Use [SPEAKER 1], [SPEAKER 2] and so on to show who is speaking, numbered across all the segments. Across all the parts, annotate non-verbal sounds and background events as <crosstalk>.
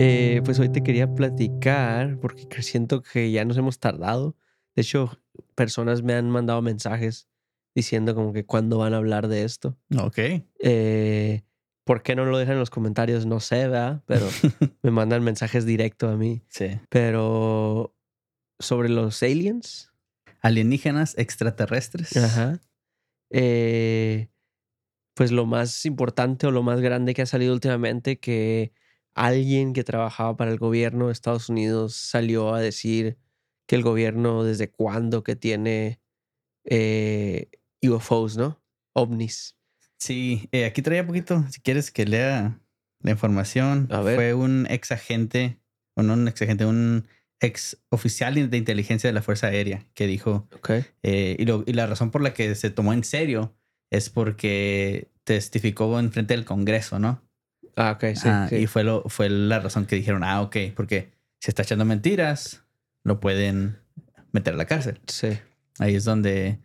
[SPEAKER 1] Eh, pues hoy te quería platicar, porque siento que ya nos hemos tardado. De hecho, personas me han mandado mensajes diciendo como que cuándo van a hablar de esto.
[SPEAKER 2] Ok.
[SPEAKER 1] Eh, ¿Por qué no lo dejan en los comentarios? No sé, ¿verdad? Pero me mandan mensajes directo a mí.
[SPEAKER 2] Sí.
[SPEAKER 1] Pero sobre los aliens.
[SPEAKER 2] Alienígenas extraterrestres.
[SPEAKER 1] Ajá. Eh, pues lo más importante o lo más grande que ha salido últimamente que alguien que trabajaba para el gobierno de Estados Unidos salió a decir que el gobierno desde cuándo que tiene eh, UFOs, ¿no? OVNIs.
[SPEAKER 2] Sí, eh, aquí traía poquito, si quieres que lea la información.
[SPEAKER 1] A ver.
[SPEAKER 2] Fue un ex agente, o no un ex agente, un ex oficial de inteligencia de la Fuerza Aérea que dijo
[SPEAKER 1] Ok.
[SPEAKER 2] Eh, y, lo- y la razón por la que se tomó en serio es porque testificó enfrente del Congreso, ¿no?
[SPEAKER 1] Ah, ok, sí.
[SPEAKER 2] Ah,
[SPEAKER 1] sí.
[SPEAKER 2] Y fue, lo, fue la razón que dijeron, ah, ok, porque si está echando mentiras, lo pueden meter a la cárcel.
[SPEAKER 1] sí.
[SPEAKER 2] Ahí es donde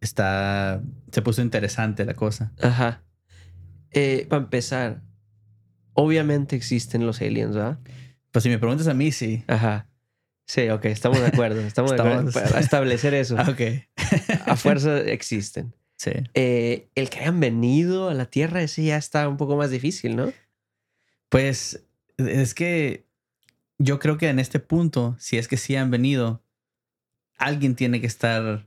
[SPEAKER 2] está, se puso interesante la cosa.
[SPEAKER 1] Ajá. para empezar, obviamente existen los aliens, ¿verdad?
[SPEAKER 2] Pues si me preguntas a mí, sí.
[SPEAKER 1] Ajá. Sí, ok, estamos de acuerdo. Estamos, de acuerdo.
[SPEAKER 2] Estamos-
[SPEAKER 1] Para establecer <laughs> eso.
[SPEAKER 2] <laughs> Ah, ok.
[SPEAKER 1] A fuerza existen.
[SPEAKER 2] Sí.
[SPEAKER 1] Eh, el que hayan venido a la Tierra, ese ya está un poco más difícil, ¿no?
[SPEAKER 2] Pues es que yo creo que en este punto, si es que sí han venido, alguien tiene que estar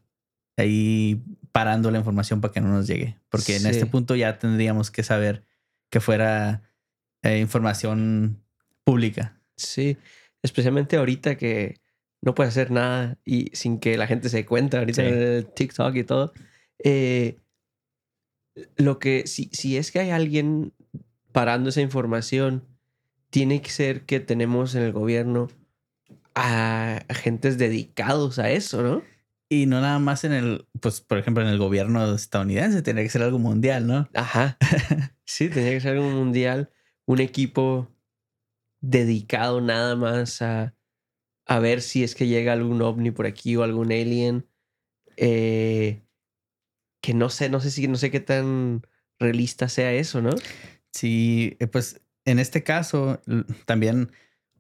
[SPEAKER 2] ahí parando la información para que no nos llegue. Porque en
[SPEAKER 1] Sí.
[SPEAKER 2] este punto ya tendríamos que saber que fuera eh, información pública.
[SPEAKER 1] Sí. Especialmente ahorita que no puedes hacer nada y sin que la gente se dé cuenta, ahorita
[SPEAKER 2] Sí.
[SPEAKER 1] en el TikTok y todo. Eh, lo que, si, si es que hay alguien parando esa información, tiene que ser que tenemos en el gobierno a agentes dedicados a eso, ¿no?
[SPEAKER 2] Y no nada más en el, pues por ejemplo en el gobierno estadounidense, tendría que ser algo mundial, ¿no?
[SPEAKER 1] Ajá. Sí, tenía que ser un mundial, un equipo dedicado nada más a, a ver si es que llega algún ovni por aquí o algún alien. eh, que no sé, no sé si no sé qué tan realista sea eso, ¿no?
[SPEAKER 2] Sí, eh, pues en este caso l- también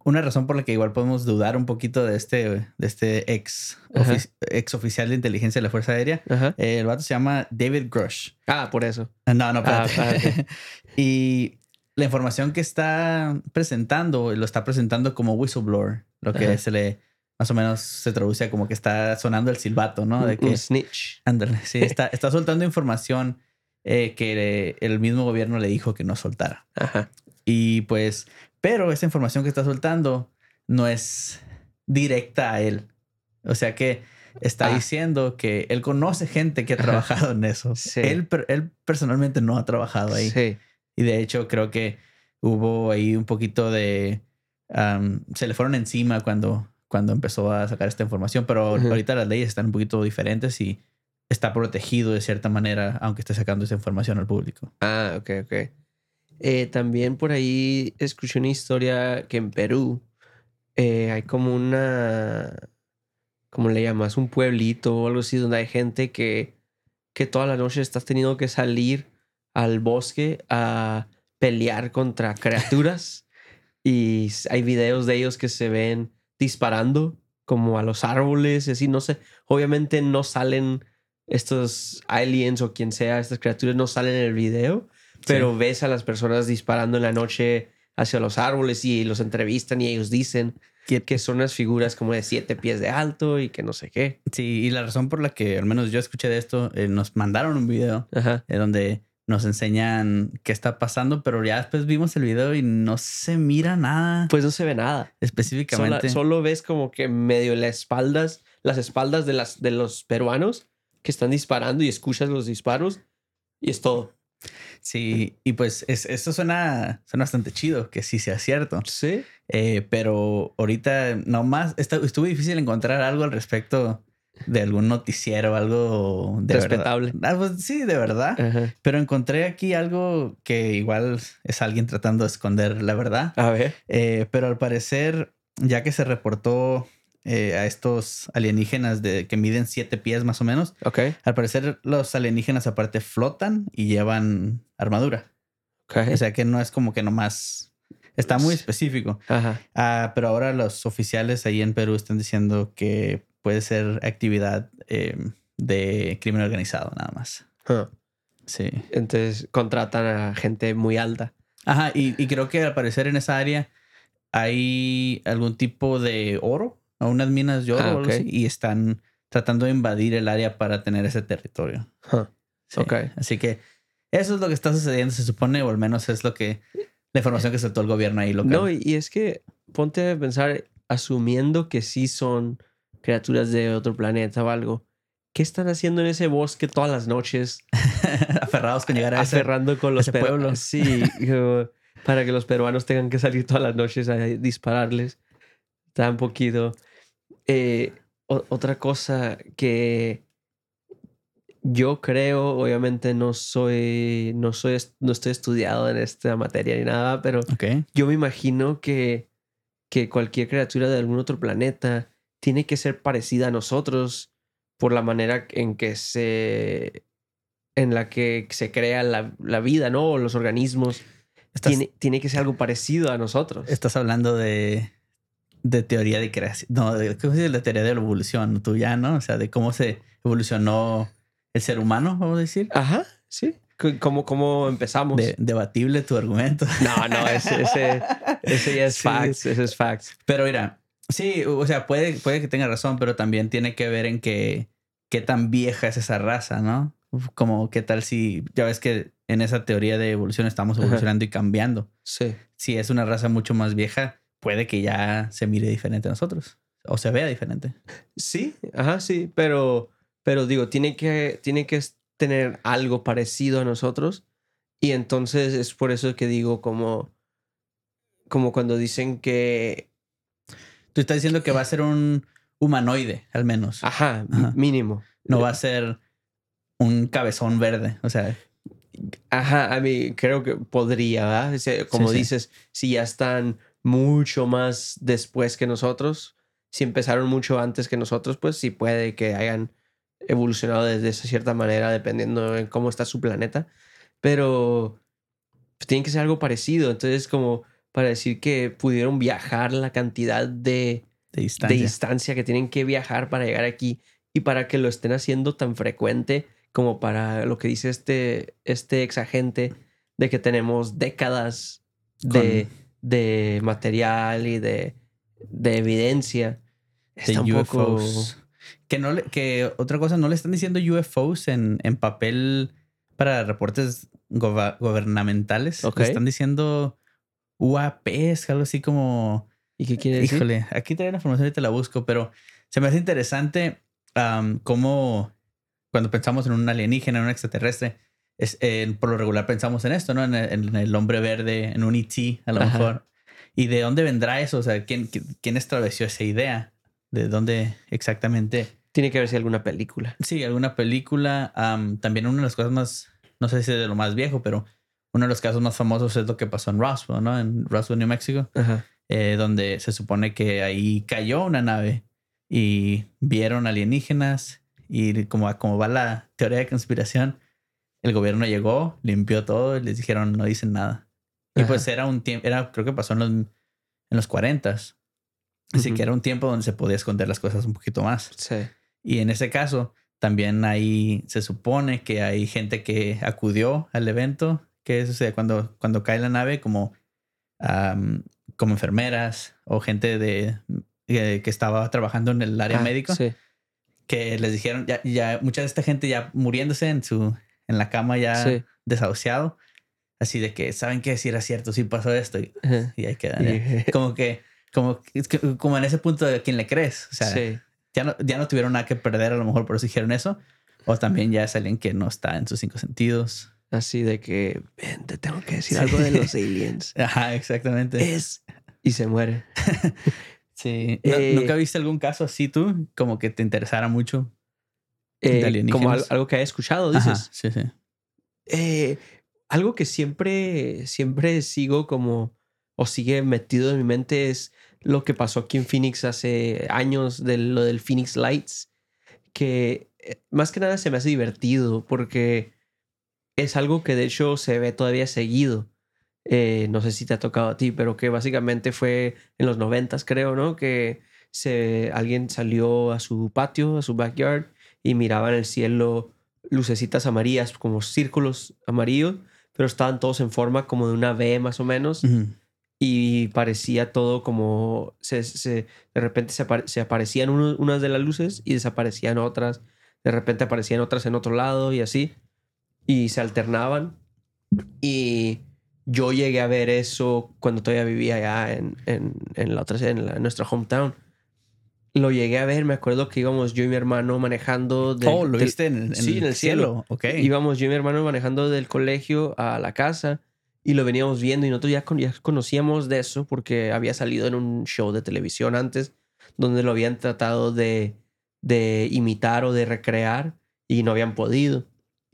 [SPEAKER 2] una razón por la que igual podemos dudar un poquito de este, de este ex,
[SPEAKER 1] Ajá.
[SPEAKER 2] ofici- ex oficial de inteligencia de la Fuerza Aérea.
[SPEAKER 1] Ajá.
[SPEAKER 2] Eh, el vato se llama David Grush.
[SPEAKER 1] Ah, por eso.
[SPEAKER 2] Ah, No, no,
[SPEAKER 1] Ah,
[SPEAKER 2] espérate. <laughs> y la información que está presentando, eh, lo está presentando como whistleblower, lo que
[SPEAKER 1] Ajá.
[SPEAKER 2] se le más o menos se traduce a como que está sonando el silbato, ¿no? Ah,
[SPEAKER 1] Un
[SPEAKER 2] De que
[SPEAKER 1] snitch.
[SPEAKER 2] ándale,
[SPEAKER 1] <laughs>
[SPEAKER 2] sí, está, está soltando información eh, que el mismo gobierno le dijo que no soltara.
[SPEAKER 1] Ajá.
[SPEAKER 2] Y pues, pero esa información que está soltando no es directa a él. O sea que está
[SPEAKER 1] Ah.
[SPEAKER 2] diciendo que él conoce gente que ha trabajado en
[SPEAKER 1] <laughs>
[SPEAKER 2] eso.
[SPEAKER 1] Sí.
[SPEAKER 2] Él, per- él personalmente no ha trabajado ahí.
[SPEAKER 1] Sí.
[SPEAKER 2] Y de hecho creo que hubo ahí un poquito de... am, se le fueron encima cuando, cuando empezó a sacar esta información, pero
[SPEAKER 1] Ujú.
[SPEAKER 2] ahorita las leyes están un poquito diferentes y está protegido de cierta manera, aunque esté sacando esa información al público.
[SPEAKER 1] Ah, ok, ok. Eh, también por ahí escuché una historia que en Perú eh, hay como una, ¿cómo le llamas? Un pueblito o algo así donde hay gente que, que toda la noche estás teniendo que salir al bosque a pelear contra criaturas y s- hay videos de ellos que se ven disparando como a los árboles y así, no sé. Obviamente no salen estos aliens o quien sea, estas criaturas no salen en el video, pero ves a las personas disparando en la noche hacia los árboles y los entrevistan y ellos dicen
[SPEAKER 2] Que-
[SPEAKER 1] que son unas figuras como de siete pies de alto y que no sé qué.
[SPEAKER 2] Sí, y la razón por la que al menos yo escuché de esto, eh, nos mandaron un video
[SPEAKER 1] Ajá.
[SPEAKER 2] eh, donde nos enseñan qué está pasando, pero ya después vimos el video y no se mira nada
[SPEAKER 1] Pues no se ve nada. Sola-
[SPEAKER 2] específicamente.
[SPEAKER 1] solo ves como que medio las espaldas, las espaldas de, las, de los peruanos que están disparando y escuchas los disparos y es todo.
[SPEAKER 2] Sí, y pues es- esto suena, suena bastante chido, que sí sea cierto,
[SPEAKER 1] Sí.
[SPEAKER 2] Eh, pero ahorita nomás está, estuvo difícil encontrar algo al respecto de algún noticiero, algo de verdad.
[SPEAKER 1] Respetable. Eh.
[SPEAKER 2] Ah, pues sí, de verdad.
[SPEAKER 1] Ajá.
[SPEAKER 2] Pero encontré aquí algo que igual es alguien tratando de esconder la verdad.
[SPEAKER 1] A ver.
[SPEAKER 2] Eh, pero al parecer, ya que se reportó eh, a estos alienígenas de, que miden siete pies más o menos,
[SPEAKER 1] Ok.
[SPEAKER 2] al parecer los alienígenas aparte flotan y llevan armadura.
[SPEAKER 1] okay.
[SPEAKER 2] O sea que no es como que nomás Está muy específico.
[SPEAKER 1] Ajá.
[SPEAKER 2] Ah, pero ahora los oficiales ahí en Perú están diciendo que puede ser actividad eh, de crimen organizado nada más.
[SPEAKER 1] Huh.
[SPEAKER 2] Sí.
[SPEAKER 1] Entonces contratan a gente muy alta.
[SPEAKER 2] Ajá, y, y creo que al parecer en esa área hay algún tipo de oro, o unas minas de oro,
[SPEAKER 1] Ah,
[SPEAKER 2] o algo
[SPEAKER 1] ok.
[SPEAKER 2] así, y están tratando de invadir el área para tener ese territorio.
[SPEAKER 1] Huh.
[SPEAKER 2] Sí.
[SPEAKER 1] Ok.
[SPEAKER 2] Así que eso es lo que está sucediendo, se supone, o al menos es lo que la información que soltó el gobierno ahí local.
[SPEAKER 1] No, y, y es que ponte a pensar, asumiendo que sí son criaturas de otro planeta o algo, ¿qué están haciendo en ese bosque todas las noches
[SPEAKER 2] <laughs> aferrados con llegar a ese
[SPEAKER 1] aferrando con los
[SPEAKER 2] ese pueblo.
[SPEAKER 1] peruanos? Sí, como para que los peruanos tengan que salir todas las noches a dispararles. Tan poquito. Eh, o- otra cosa que yo creo, obviamente no soy, no soy, est- no estoy estudiado en esta materia ni nada, pero
[SPEAKER 2] Ok.
[SPEAKER 1] yo me imagino que, que cualquier criatura de algún otro planeta tiene que ser parecida a nosotros por la manera en que se en la que se crea la, la vida, ¿no? O Los organismos.
[SPEAKER 2] Estás,
[SPEAKER 1] Tiene, tiene que ser algo parecido a nosotros.
[SPEAKER 2] estás hablando de, de teoría de creación. No, de, ¿cómo se dice? La teoría de la evolución, tú ya, ¿no? O sea, de cómo se evolucionó el ser humano, vamos a decir.
[SPEAKER 1] Ajá, sí. C- ¿Cómo, cómo empezamos?
[SPEAKER 2] De- debatible tu argumento. <laughs>
[SPEAKER 1] No, no, ese, ese, ese ya es
[SPEAKER 2] Sí.
[SPEAKER 1] facts, ese es facts.
[SPEAKER 2] Pero mira, sí, o sea, puede, puede que tenga razón, pero también tiene que ver en que, qué tan vieja es esa raza, ¿no? Uf, Como qué tal si, ya ves que en esa teoría de evolución estamos
[SPEAKER 1] Ajá.
[SPEAKER 2] evolucionando y cambiando.
[SPEAKER 1] Sí.
[SPEAKER 2] Si es una raza mucho más vieja, puede que ya se mire diferente a nosotros o se vea diferente.
[SPEAKER 1] Sí, ajá, sí, pero, pero digo, tiene que, tiene que s- tener algo parecido a nosotros. Y entonces es por eso que digo como, como cuando dicen que,
[SPEAKER 2] Tú estás diciendo que va a ser un humanoide, al menos.
[SPEAKER 1] ajá, m-
[SPEAKER 2] Ajá.
[SPEAKER 1] mínimo.
[SPEAKER 2] No va a ser un cabezón verde. O sea,
[SPEAKER 1] Ajá, a mí creo que podría, ¿verdad? O sea, Como
[SPEAKER 2] Sí, sí.
[SPEAKER 1] dices, si ya están mucho más después que nosotros, si empezaron mucho antes que nosotros, pues sí puede que hayan evolucionado desde esa cierta manera, dependiendo en cómo está su planeta. Pero pues, tiene que ser algo parecido. Entonces, como para decir que pudieron viajar la cantidad de,
[SPEAKER 2] de
[SPEAKER 1] de
[SPEAKER 2] distancia.
[SPEAKER 1] distancia que tienen que viajar para llegar aquí y para que lo estén haciendo tan frecuente como para lo que dice este, este ex agente de que tenemos décadas de, de material y de, de evidencia.
[SPEAKER 2] de
[SPEAKER 1] Está un poco-
[SPEAKER 2] UFOs. Que, no le- que otra cosa, no le están diciendo UFOs en, en papel para reportes goba- gubernamentales.
[SPEAKER 1] Ok.
[SPEAKER 2] Le están diciendo UAPs, algo así como.
[SPEAKER 1] ¿Y qué quiere decir?
[SPEAKER 2] Híjole, aquí trae la información y te la busco, pero se me hace interesante am, cómo cuando pensamos en un alienígena, en un extraterrestre, es, eh, por lo regular pensamos en esto, ¿no? En el, en el hombre verde, en un ET, a lo
[SPEAKER 1] Ajá.
[SPEAKER 2] mejor. ¿Y de dónde vendrá eso? O sea, ¿quién, quién, quién estableció esa idea? ¿De dónde exactamente?
[SPEAKER 1] Tiene que haber sido alguna película.
[SPEAKER 2] Sí, alguna película. am, también una de las cosas más, no sé si de lo más viejo, pero uno de los casos más famosos es lo que pasó en Roswell, ¿no? En Roswell, New México
[SPEAKER 1] Ajá.
[SPEAKER 2] eh, donde se supone que ahí cayó una nave y vieron alienígenas y como, como va la teoría de conspiración, el gobierno llegó, limpió todo y les dijeron no dicen nada. Y
[SPEAKER 1] Ajá.
[SPEAKER 2] pues era un tiempo, era, creo que pasó en los, en los 40 Así
[SPEAKER 1] Ujú.
[SPEAKER 2] que era un tiempo donde se podía esconder las cosas un poquito más.
[SPEAKER 1] Sí.
[SPEAKER 2] Y en ese caso, también ahí se supone que hay gente que acudió al evento, que es o sea, cuando, cuando cae la nave, como, am, como enfermeras o gente de, eh, que estaba trabajando en el área
[SPEAKER 1] Ah,
[SPEAKER 2] médica,
[SPEAKER 1] Sí.
[SPEAKER 2] que les dijeron, ya, ya mucha de esta gente ya muriéndose en, su, en la cama, ya
[SPEAKER 1] Sí.
[SPEAKER 2] desahuciado, así de que saben que si era cierto, si pasó esto, y,
[SPEAKER 1] Ajá.
[SPEAKER 2] y ahí queda. ya.
[SPEAKER 1] Y-
[SPEAKER 2] <laughs>
[SPEAKER 1] eh,
[SPEAKER 2] Como que, como, es que- como en ese punto de a quién le crees, o sea
[SPEAKER 1] sí.
[SPEAKER 2] ya no, ya no tuvieron nada que perder, a lo mejor por eso dijeron eso. O también ya es alguien que no está en sus cinco sentidos.
[SPEAKER 1] Así de que, ven, te tengo que decir
[SPEAKER 2] Sí.
[SPEAKER 1] algo de los
[SPEAKER 2] <laughs>
[SPEAKER 1] aliens.
[SPEAKER 2] Ajá, exactamente.
[SPEAKER 1] es. Y se muere.
[SPEAKER 2] sí. ¿No-
[SPEAKER 1] eh,
[SPEAKER 2] ¿Nunca viste algún caso así tú? Como que te interesara mucho.
[SPEAKER 1] Eh,
[SPEAKER 2] De alienígenas.
[SPEAKER 1] como al- algo que he escuchado, dices.
[SPEAKER 2] Ajá, sí, sí.
[SPEAKER 1] Eh, algo que siempre, siempre sigo como, o sigue metido en mi mente es lo que pasó aquí en Phoenix hace años de lo del Phoenix Lights, que eh, más que nada se me hace divertido porque es algo que de hecho se ve todavía seguido. eh, no sé si te ha tocado a ti, pero que básicamente fue en los noventas, creo, ¿no? Que se, alguien salió a su patio, a su backyard, y miraba en el cielo lucecitas amarillas, como círculos amarillos, pero estaban todos en forma como de una V más o menos.
[SPEAKER 2] Ujú.
[SPEAKER 1] Y parecía todo como. Se, se- de repente se, apare- se aparecían uno- unas de las luces y desaparecían otras. De repente aparecían otras en otro lado y así. Y se alternaban. Y yo llegué a ver eso cuando todavía vivía allá en, en, en la otra en, la- en nuestra hometown. Lo llegué a ver, me acuerdo que íbamos yo y mi hermano manejando. del-
[SPEAKER 2] oh, lo
[SPEAKER 1] del-
[SPEAKER 2] viste en, el- en
[SPEAKER 1] sí, en el cielo.
[SPEAKER 2] Ok.
[SPEAKER 1] íbamos yo y mi hermano manejando del colegio a la casa y lo veníamos viendo y nosotros ya, con- ya conocíamos de eso porque había salido en un show de televisión antes donde lo habían tratado de, de imitar o de recrear y no habían podido.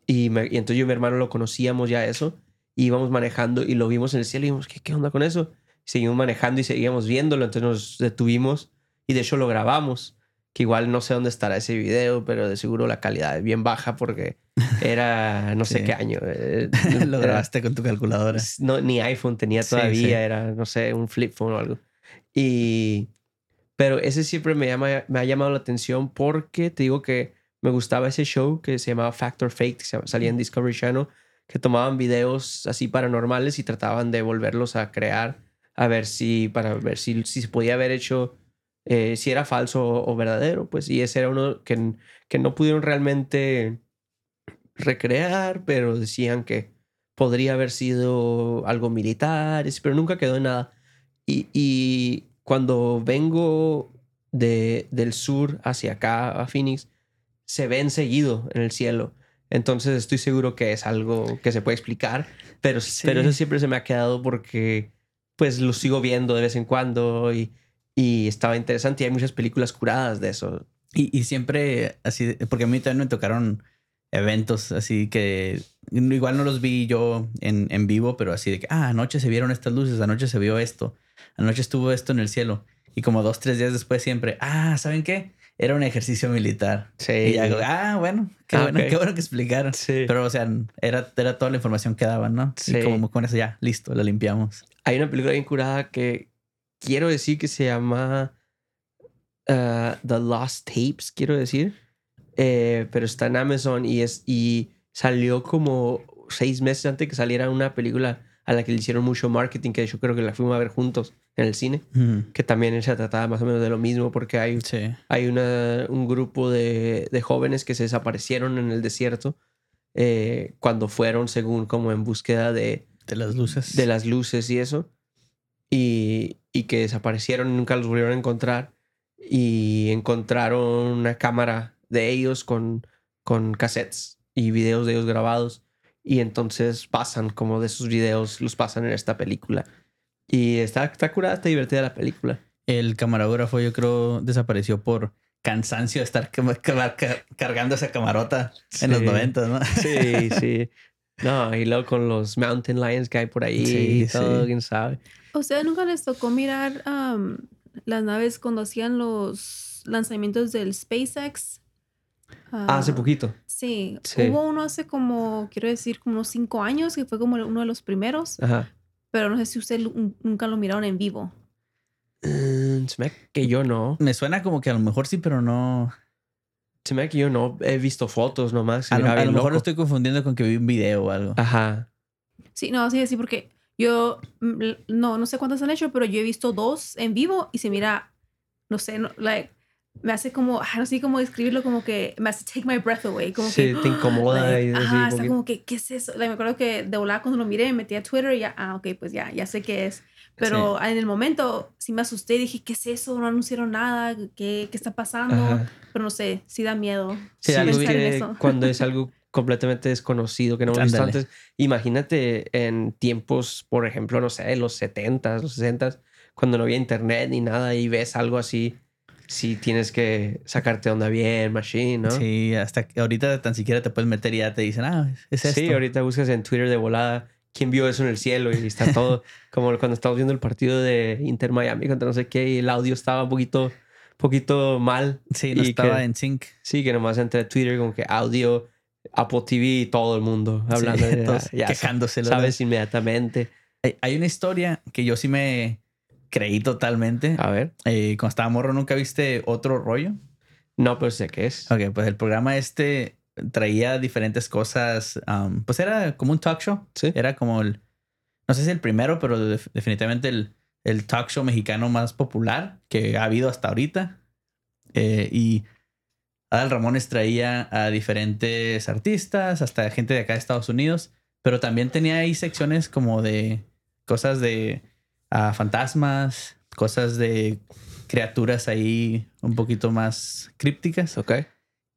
[SPEAKER 1] Y, me- y entonces yo y mi hermano lo conocíamos ya eso y íbamos manejando y lo vimos en el cielo y dijimos, ¿qué, qué onda con eso? seguimos manejando y seguíamos viéndolo, entonces nos detuvimos y de hecho lo grabamos, que igual no sé dónde estará ese video, pero de seguro la calidad es bien baja porque era no sé
[SPEAKER 2] Sí.
[SPEAKER 1] qué año. eh,
[SPEAKER 2] <laughs> <laughs> lo
[SPEAKER 1] era-
[SPEAKER 2] grabaste con tu calculadora.
[SPEAKER 1] no, ni iPhone tenía
[SPEAKER 2] Sí,
[SPEAKER 1] todavía,
[SPEAKER 2] sí.
[SPEAKER 1] era, no sé, un flip phone o algo. Y, pero ese siempre me, llama, me ha llamado la atención porque te digo que me gustaba ese show que se llamaba Factor Fake, que se- salía en Discovery Channel, que tomaban videos así paranormales y trataban de volverlos a crear a ver si, para ver si, si se podía haber hecho, eh, si era falso o, o verdadero, pues, y ese era uno que, n- que no pudieron realmente recrear, pero decían que podría haber sido algo militar, es- pero nunca quedó en nada. Y, y cuando vengo de, del sur hacia acá, a Phoenix, se ven seguido en el cielo. Entonces estoy seguro que es algo que se puede explicar, pero,
[SPEAKER 2] Sí.
[SPEAKER 1] pero eso siempre se me ha quedado porque pues lo sigo viendo de vez en cuando y, y estaba interesante y hay muchas películas curadas de eso.
[SPEAKER 2] Y, y siempre así, de- porque a mí también me tocaron eventos así que igual no los vi yo en, en vivo, pero así de que, ah, anoche se vieron estas luces, anoche se vio esto, anoche estuvo esto en el cielo. Y como dos, tres días después siempre, ah, ¿saben qué? Era un ejercicio militar.
[SPEAKER 1] Sí.
[SPEAKER 2] Y ya digo, ah, bueno, qué,
[SPEAKER 1] Ah,
[SPEAKER 2] bueno
[SPEAKER 1] ok.
[SPEAKER 2] qué bueno que explicaron.
[SPEAKER 1] Sí.
[SPEAKER 2] Pero, o sea, era, era toda la información que daban, ¿no?
[SPEAKER 1] Sí.
[SPEAKER 2] Y como con eso ya, listo, la limpiamos.
[SPEAKER 1] Hay una película bien curada que quiero decir que se llama uh, The Lost Tapes, quiero decir. Eh, pero está en Amazon y, es, y salió como seis meses antes que saliera una película a la que le hicieron mucho marketing, que yo creo que la fuimos a ver juntos en el cine,
[SPEAKER 2] Ujú.
[SPEAKER 1] que también se trataba más o menos de lo mismo porque hay
[SPEAKER 2] Sí.
[SPEAKER 1] hay una- un grupo de, de jóvenes que se desaparecieron en el desierto eh, cuando fueron, según como en búsqueda de,
[SPEAKER 2] De las luces.
[SPEAKER 1] de las luces y eso, y, y que desaparecieron y nunca los volvieron a encontrar, y encontraron una cámara de ellos con, con cassettes y videos de ellos grabados, y entonces pasan como de esos videos, los pasan en esta película. Y está, está curada, está divertida la película.
[SPEAKER 2] El camarógrafo, yo creo, desapareció por cansancio de estar cam- cam- car- cargando esa camarota en los
[SPEAKER 1] Sí.
[SPEAKER 2] 90, ¿no?
[SPEAKER 1] <laughs> Sí, sí. No, y luego con los mountain lions que hay por ahí
[SPEAKER 2] Sí,
[SPEAKER 1] y todo,
[SPEAKER 2] sí.
[SPEAKER 1] quién sabe.
[SPEAKER 3] ¿A ustedes nunca les tocó mirar am, las naves cuando hacían los lanzamientos del SpaceX? Ah,
[SPEAKER 1] Hace poquito.
[SPEAKER 3] Sí.
[SPEAKER 1] Sí.
[SPEAKER 3] Hubo uno hace como, quiero decir, como unos cinco años, que fue como uno de los primeros,
[SPEAKER 1] Ajá.
[SPEAKER 3] pero no sé si ustedes lu- nunca lo miraron en vivo.
[SPEAKER 1] Mm, se me hace que yo no.
[SPEAKER 2] Me suena como que a lo mejor sí, pero no.
[SPEAKER 1] Se me hace que yo no. He visto fotos nomás. se
[SPEAKER 2] A lo,
[SPEAKER 1] miraba
[SPEAKER 2] a lo
[SPEAKER 1] bien
[SPEAKER 2] mejor
[SPEAKER 1] loco. Ah,
[SPEAKER 2] lo estoy confundiendo con que vi un video o algo.
[SPEAKER 1] Ajá.
[SPEAKER 3] Sí, no, sí, sí, porque yo mm, l- no, no sé cuántas han hecho, pero yo he visto dos en vivo y se mira, no sé, no, like, me hace como, ah, no sé cómo describirlo, como que me hace take my breath away, como
[SPEAKER 1] Sí,
[SPEAKER 3] que
[SPEAKER 1] te incomoda
[SPEAKER 3] like,
[SPEAKER 1] y así
[SPEAKER 3] ajá,
[SPEAKER 1] como
[SPEAKER 3] está
[SPEAKER 1] que-
[SPEAKER 3] como que, ¿qué es eso? Like, me acuerdo que de volar cuando lo miré, me metí a Twitter y ya, ah, ok, pues ya, ya sé qué es. Pero en el momento sí me asusté, dije, ¿qué es eso? No anunciaron nada, ¿qué, qué está pasando?
[SPEAKER 1] Ajá.
[SPEAKER 3] Pero no sé, sí da miedo.
[SPEAKER 1] Sí,
[SPEAKER 2] Sí,
[SPEAKER 1] algo
[SPEAKER 3] pensar en
[SPEAKER 1] que
[SPEAKER 3] eso.
[SPEAKER 1] cuando
[SPEAKER 3] <laughs>
[SPEAKER 1] es algo completamente desconocido que no hemos visto
[SPEAKER 2] Ándale.
[SPEAKER 1] antes. Imagínate en tiempos, por ejemplo, no sé, los 70s, los 60s, cuando no había internet ni nada y ves algo así, sí tienes que sacarte onda bien, machine, ¿no?
[SPEAKER 2] Sí, hasta que ahorita tan siquiera te puedes meter y ya te dicen, ah, es esto.
[SPEAKER 1] Sí, ahorita buscas en Twitter de volada quién vio eso en el cielo y está todo <laughs> como cuando estábamos viendo el partido de Inter Miami contra no sé qué y el audio estaba un poquito, poquito mal.
[SPEAKER 2] Sí, no
[SPEAKER 1] y
[SPEAKER 2] estaba
[SPEAKER 1] que-
[SPEAKER 2] en sync.
[SPEAKER 1] Sí, que nomás entre Twitter como que audio, Apple TV y todo el mundo hablando
[SPEAKER 2] Sí,
[SPEAKER 1] de
[SPEAKER 2] <laughs>
[SPEAKER 1] <laughs>
[SPEAKER 2] todos
[SPEAKER 1] ya
[SPEAKER 2] quejándose. ¿no?
[SPEAKER 1] Sabes inmediatamente.
[SPEAKER 2] Hay, hay una historia que yo sí me creí totalmente.
[SPEAKER 1] A ver.
[SPEAKER 2] Eh, cuando estaba morro, ¿nunca viste otro rollo?
[SPEAKER 1] No, pero sé qué es.
[SPEAKER 2] Ok, pues el programa este traía diferentes cosas. um, pues era como un talk show.
[SPEAKER 1] Sí.
[SPEAKER 2] Era como el. No sé si el primero, pero def- definitivamente el, el talk show mexicano más popular que ha habido hasta ahorita. Eh, y Adal Ramones traía a diferentes artistas, hasta gente de acá de Estados Unidos. Pero también tenía ahí secciones como de cosas de ah, fantasmas, cosas de criaturas ahí un poquito más crípticas.
[SPEAKER 1] Ok.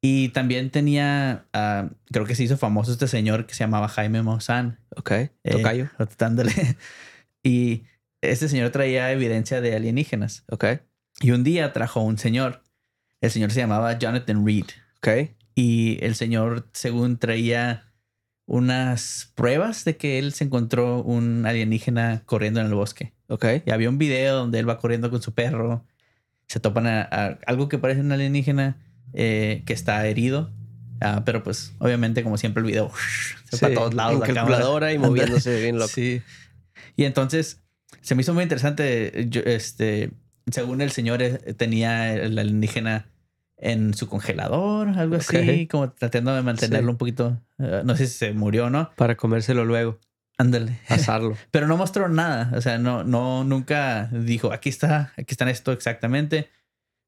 [SPEAKER 2] Y también tenía, ah, creo que se hizo famoso este señor que se llamaba Jaime Maussan,
[SPEAKER 1] Ok.
[SPEAKER 2] Eh,
[SPEAKER 1] Tocayo.
[SPEAKER 2] dándole. <laughs> Y este señor traía evidencia de alienígenas.
[SPEAKER 1] Ok.
[SPEAKER 2] Y un día trajo un señor. El señor se llamaba Jonathan Reed.
[SPEAKER 1] Ok.
[SPEAKER 2] Y el señor, según traía unas pruebas de que él se encontró un alienígena corriendo en el bosque.
[SPEAKER 1] Ok.
[SPEAKER 2] Y había un video donde él va corriendo con su perro. Se topan a, a algo que parece un alienígena eh, que está herido. Ah, pero pues, obviamente, como siempre, el video <laughs> se fue
[SPEAKER 1] Sí,
[SPEAKER 2] a todos lados.
[SPEAKER 1] en
[SPEAKER 2] la cámara.
[SPEAKER 1] calculadora y
[SPEAKER 2] Ándale.
[SPEAKER 1] moviéndose bien loco.
[SPEAKER 2] Sí. Y entonces se me hizo muy interesante. eh, yo, este, según el señor, eh, tenía el alienígena en su congelador, algo así,
[SPEAKER 1] Ok.
[SPEAKER 2] como tratando de mantenerlo
[SPEAKER 1] Sí.
[SPEAKER 2] un poquito. eh, no sé si se murió o no.
[SPEAKER 1] Para comérselo <laughs> luego.
[SPEAKER 2] Ándale.
[SPEAKER 1] Asarlo.
[SPEAKER 2] Pero no mostró nada. O sea, no, no, nunca dijo, aquí está, aquí están esto exactamente.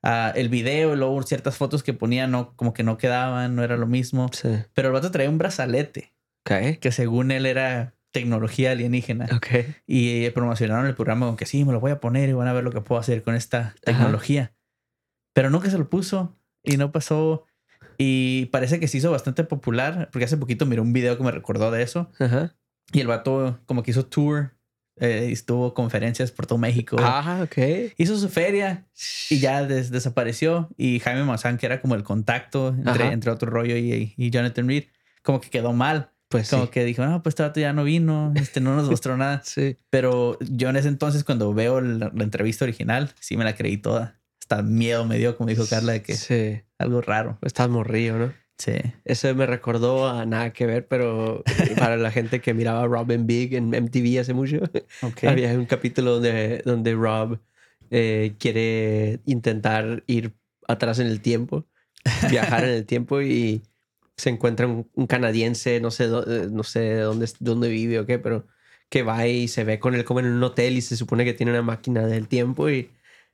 [SPEAKER 2] Ah, el video, y luego ciertas fotos que ponía, no, como que no quedaban, no era lo mismo.
[SPEAKER 1] sí.
[SPEAKER 2] Pero el vato traía un brazalete
[SPEAKER 1] Ok.
[SPEAKER 2] que según él era tecnología alienígena.
[SPEAKER 1] Ok.
[SPEAKER 2] Y eh, promocionaron el programa con que sí, me lo voy a poner y van a ver lo que puedo hacer con esta tecnología. Pero nunca se lo puso y no pasó. Y parece que se hizo bastante popular porque hace poquito miré un video que me recordó de eso.
[SPEAKER 1] Ajá.
[SPEAKER 2] Y el vato como que hizo tour, eh, y estuvo conferencias por todo México.
[SPEAKER 1] Ah, ok.
[SPEAKER 2] Hizo su feria y ya des- desapareció. Y Jaime Maussan, que era como el contacto entre,
[SPEAKER 1] Ajá.
[SPEAKER 2] entre otro rollo y, y Jonathan Reed, como que quedó mal.
[SPEAKER 1] Pues sí.
[SPEAKER 2] Como que dijo, no, pues este vato ya no vino, este no nos mostró nada.
[SPEAKER 1] Sí.
[SPEAKER 2] Pero yo en ese entonces, cuando veo la, la entrevista original, sí me la creí toda. Hasta miedo me dio, como dijo Carla, de que
[SPEAKER 1] Sí.
[SPEAKER 2] algo raro.
[SPEAKER 1] Estás morrido, ¿no?
[SPEAKER 2] Sí.
[SPEAKER 1] Eso me recordó a nada que ver, pero para la gente que miraba Robin Big en MTV hace mucho,
[SPEAKER 2] Ok.
[SPEAKER 1] había un capítulo donde, donde Rob eh, quiere intentar ir atrás en el
[SPEAKER 2] <laughs>
[SPEAKER 1] tiempo, viajar en el tiempo y se encuentra un, un canadiense, no sé, dó- eh, no sé dónde, dónde vive o qué, pero que va y se ve con él como en un hotel y se supone que tiene una máquina del tiempo y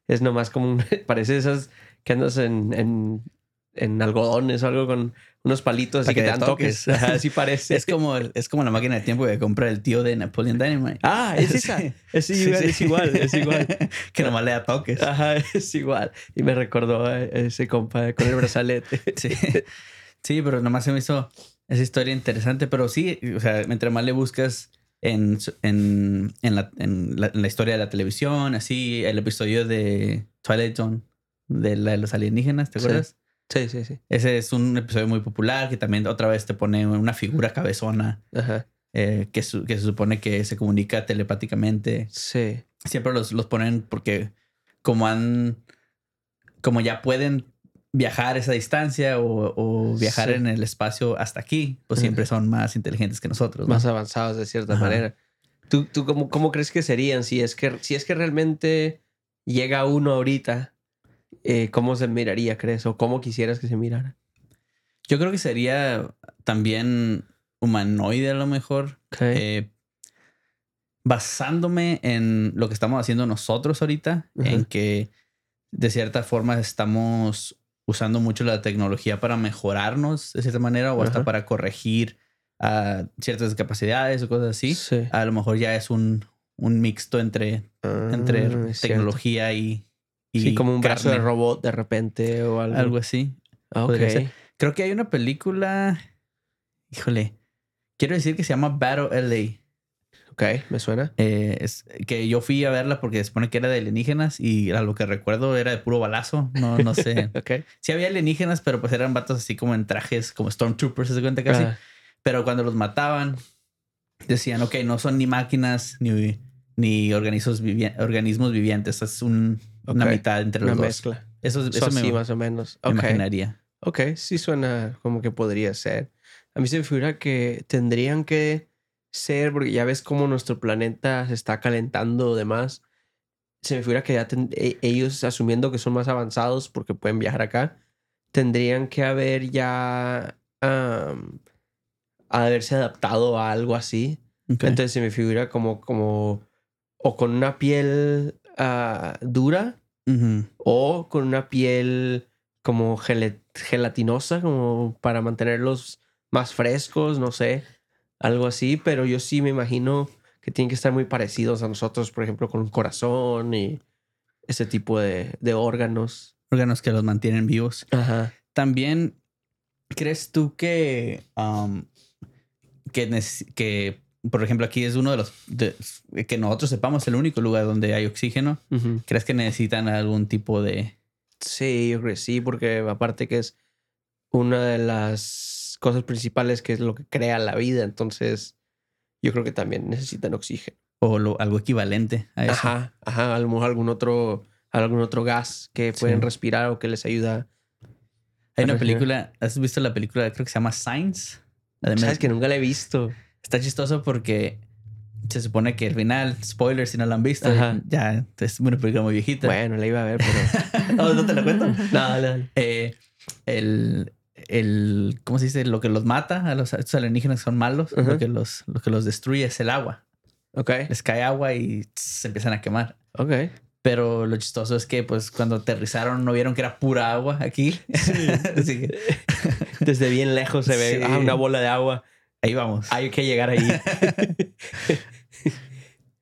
[SPEAKER 1] es nomás como, un- <laughs> parece esas que andas en, en, en algodones o algo con unos palitos
[SPEAKER 2] Para
[SPEAKER 1] así
[SPEAKER 2] que
[SPEAKER 1] que te dan
[SPEAKER 2] toques.
[SPEAKER 1] toques. <laughs> Ajá, Así parece.
[SPEAKER 2] Es, como el- es como la máquina de tiempo que compra el tío de Napoleon Dynamite.
[SPEAKER 1] Ah, es esa.
[SPEAKER 2] <laughs> Sí.
[SPEAKER 1] Es
[SPEAKER 2] Sí,
[SPEAKER 1] igual,
[SPEAKER 2] sí.
[SPEAKER 1] es igual, es igual.
[SPEAKER 2] <laughs>
[SPEAKER 1] Ah.
[SPEAKER 2] que nomás le da
[SPEAKER 1] <laughs>
[SPEAKER 2] toques.
[SPEAKER 1] Ajá, es igual. Y me recordó a ese compa con el brazalete. <laughs>
[SPEAKER 2] Sí. sí, pero nomás se me hizo esa historia interesante. Pero sí, o sea, mientras más le buscas en, su- en, en la, en la- en la historia de la televisión, así, el episodio de Twilight Zone, de la de los alienígenas, ¿te
[SPEAKER 1] Sí.
[SPEAKER 2] acuerdas?
[SPEAKER 1] Sí, sí, sí.
[SPEAKER 2] Ese es un episodio muy popular que también otra vez te pone una figura cabezona
[SPEAKER 1] Ajá.
[SPEAKER 2] eh, que, su- que se supone que se comunica telepáticamente.
[SPEAKER 1] Sí.
[SPEAKER 2] Siempre los, los ponen porque como han... Como ya pueden viajar esa distancia o, o viajar
[SPEAKER 1] Sí.
[SPEAKER 2] en el espacio hasta aquí, pues siempre son más inteligentes que nosotros. ¿no?
[SPEAKER 1] Pues Más avanzados de cierta
[SPEAKER 2] Ajá.
[SPEAKER 1] manera. ¿Tú, tú cómo, cómo crees que serían? Si es que, si es que realmente llega uno ahorita, eh, ¿cómo se miraría, crees? ¿O cómo quisieras que se mirara?
[SPEAKER 2] Yo creo que sería también humanoide a lo mejor. eh, basándome en lo que estamos haciendo nosotros ahorita,
[SPEAKER 1] Ujú.
[SPEAKER 2] en que de cierta forma estamos usando mucho la tecnología para mejorarnos de cierta manera o hasta
[SPEAKER 1] Ajá.
[SPEAKER 2] para corregir ah, ciertas discapacidades o cosas así.
[SPEAKER 1] Sí.
[SPEAKER 2] A lo mejor ya es un, un mixto entre, entre
[SPEAKER 1] Ah, es cierto.
[SPEAKER 2] tecnología y, y
[SPEAKER 1] Sí, como un brazo de
[SPEAKER 2] carne,
[SPEAKER 1] robot de repente o algo.
[SPEAKER 2] Algo así.
[SPEAKER 1] Ah,
[SPEAKER 2] podría
[SPEAKER 1] ok.
[SPEAKER 2] ser. Creo que hay una película, híjole, quiero decir que se llama Battle LA.
[SPEAKER 1] Ok, me suena.
[SPEAKER 2] Eh, es, que yo fui a verla porque se supone que era de alienígenas y a lo que recuerdo era de puro balazo. No,
[SPEAKER 1] <laughs>
[SPEAKER 2] no sé.
[SPEAKER 1] Ok.
[SPEAKER 2] sí había alienígenas, pero pues eran vatos así como en trajes, como Stormtroopers, se cuenta casi.
[SPEAKER 1] Ah,
[SPEAKER 2] Pero cuando los mataban, decían, ok, no son ni máquinas ni, ni organismos, vivi- organismos vivientes. Es un- una
[SPEAKER 1] Ok.
[SPEAKER 2] mitad entre los
[SPEAKER 1] una
[SPEAKER 2] dos.
[SPEAKER 1] mezcla.
[SPEAKER 2] Eso, es-
[SPEAKER 1] Eso
[SPEAKER 2] eso me,
[SPEAKER 1] sí,
[SPEAKER 2] me
[SPEAKER 1] más o menos. Ok.
[SPEAKER 2] imaginaría.
[SPEAKER 1] Ok, sí suena como que podría ser. A mí se me figura que tendrían que ser, porque ya ves cómo nuestro planeta se está calentando de más, se me figura que ya ten- e- ellos, asumiendo que son más avanzados porque pueden viajar acá, tendrían que haber ya am, haberse adaptado a algo así.
[SPEAKER 2] Ok.
[SPEAKER 1] Entonces se me figura como, como o con una piel ah, dura
[SPEAKER 2] Ujú.
[SPEAKER 1] o con una piel como gele- gelatinosa, como para mantenerlos más frescos, no sé, algo así, pero yo sí me imagino que tienen que estar muy parecidos a nosotros, por ejemplo, con un corazón y ese tipo de, de órganos.
[SPEAKER 2] Órganos que los mantienen vivos.
[SPEAKER 1] Ajá.
[SPEAKER 2] También, ¿crees tú que, um, que, neces- que, por ejemplo, aquí es uno de los, de- que nosotros sepamos, el único lugar donde hay oxígeno?
[SPEAKER 1] Ujú.
[SPEAKER 2] ¿Crees que necesitan algún tipo de...
[SPEAKER 1] Sí, yo creo que sí, porque aparte que es una de las cosas principales que es lo que crea la vida, entonces yo creo que también necesitan oxígeno.
[SPEAKER 2] o lo- algo equivalente a eso?
[SPEAKER 1] Ajá, ajá, a lo mejor algún otro, algún otro gas que
[SPEAKER 2] Sí.
[SPEAKER 1] pueden respirar o que les ayuda.
[SPEAKER 2] Hay una
[SPEAKER 1] Ajá.
[SPEAKER 2] película, ¿has visto la película? Creo que se llama Science. La de
[SPEAKER 1] Sabes
[SPEAKER 2] Mel-
[SPEAKER 1] que nunca la he visto.
[SPEAKER 2] Está chistoso porque se supone que el final, spoiler si no la han visto,
[SPEAKER 1] Ajá.
[SPEAKER 2] ya es una película muy viejita.
[SPEAKER 1] Bueno, la iba a ver, <laughs> pero.
[SPEAKER 2] Oh, ¿No te la <laughs> cuento?
[SPEAKER 1] no, no, no.
[SPEAKER 2] Eh, el, el, ¿cómo se dice? Lo que los mata a los a estos alienígenas que son malos,
[SPEAKER 1] Ajá.
[SPEAKER 2] lo, que los, lo que los destruye es el agua.
[SPEAKER 1] Ok,
[SPEAKER 2] Les cae agua y tss, se empiezan a quemar.
[SPEAKER 1] ok.
[SPEAKER 2] Pero lo chistoso es que pues cuando aterrizaron no vieron que era pura agua aquí. <laughs> Así que
[SPEAKER 1] Desde bien lejos se ve
[SPEAKER 2] Sí.
[SPEAKER 1] ah, una bola de agua.
[SPEAKER 2] ahí vamos.
[SPEAKER 1] Hay que llegar ahí. <laughs>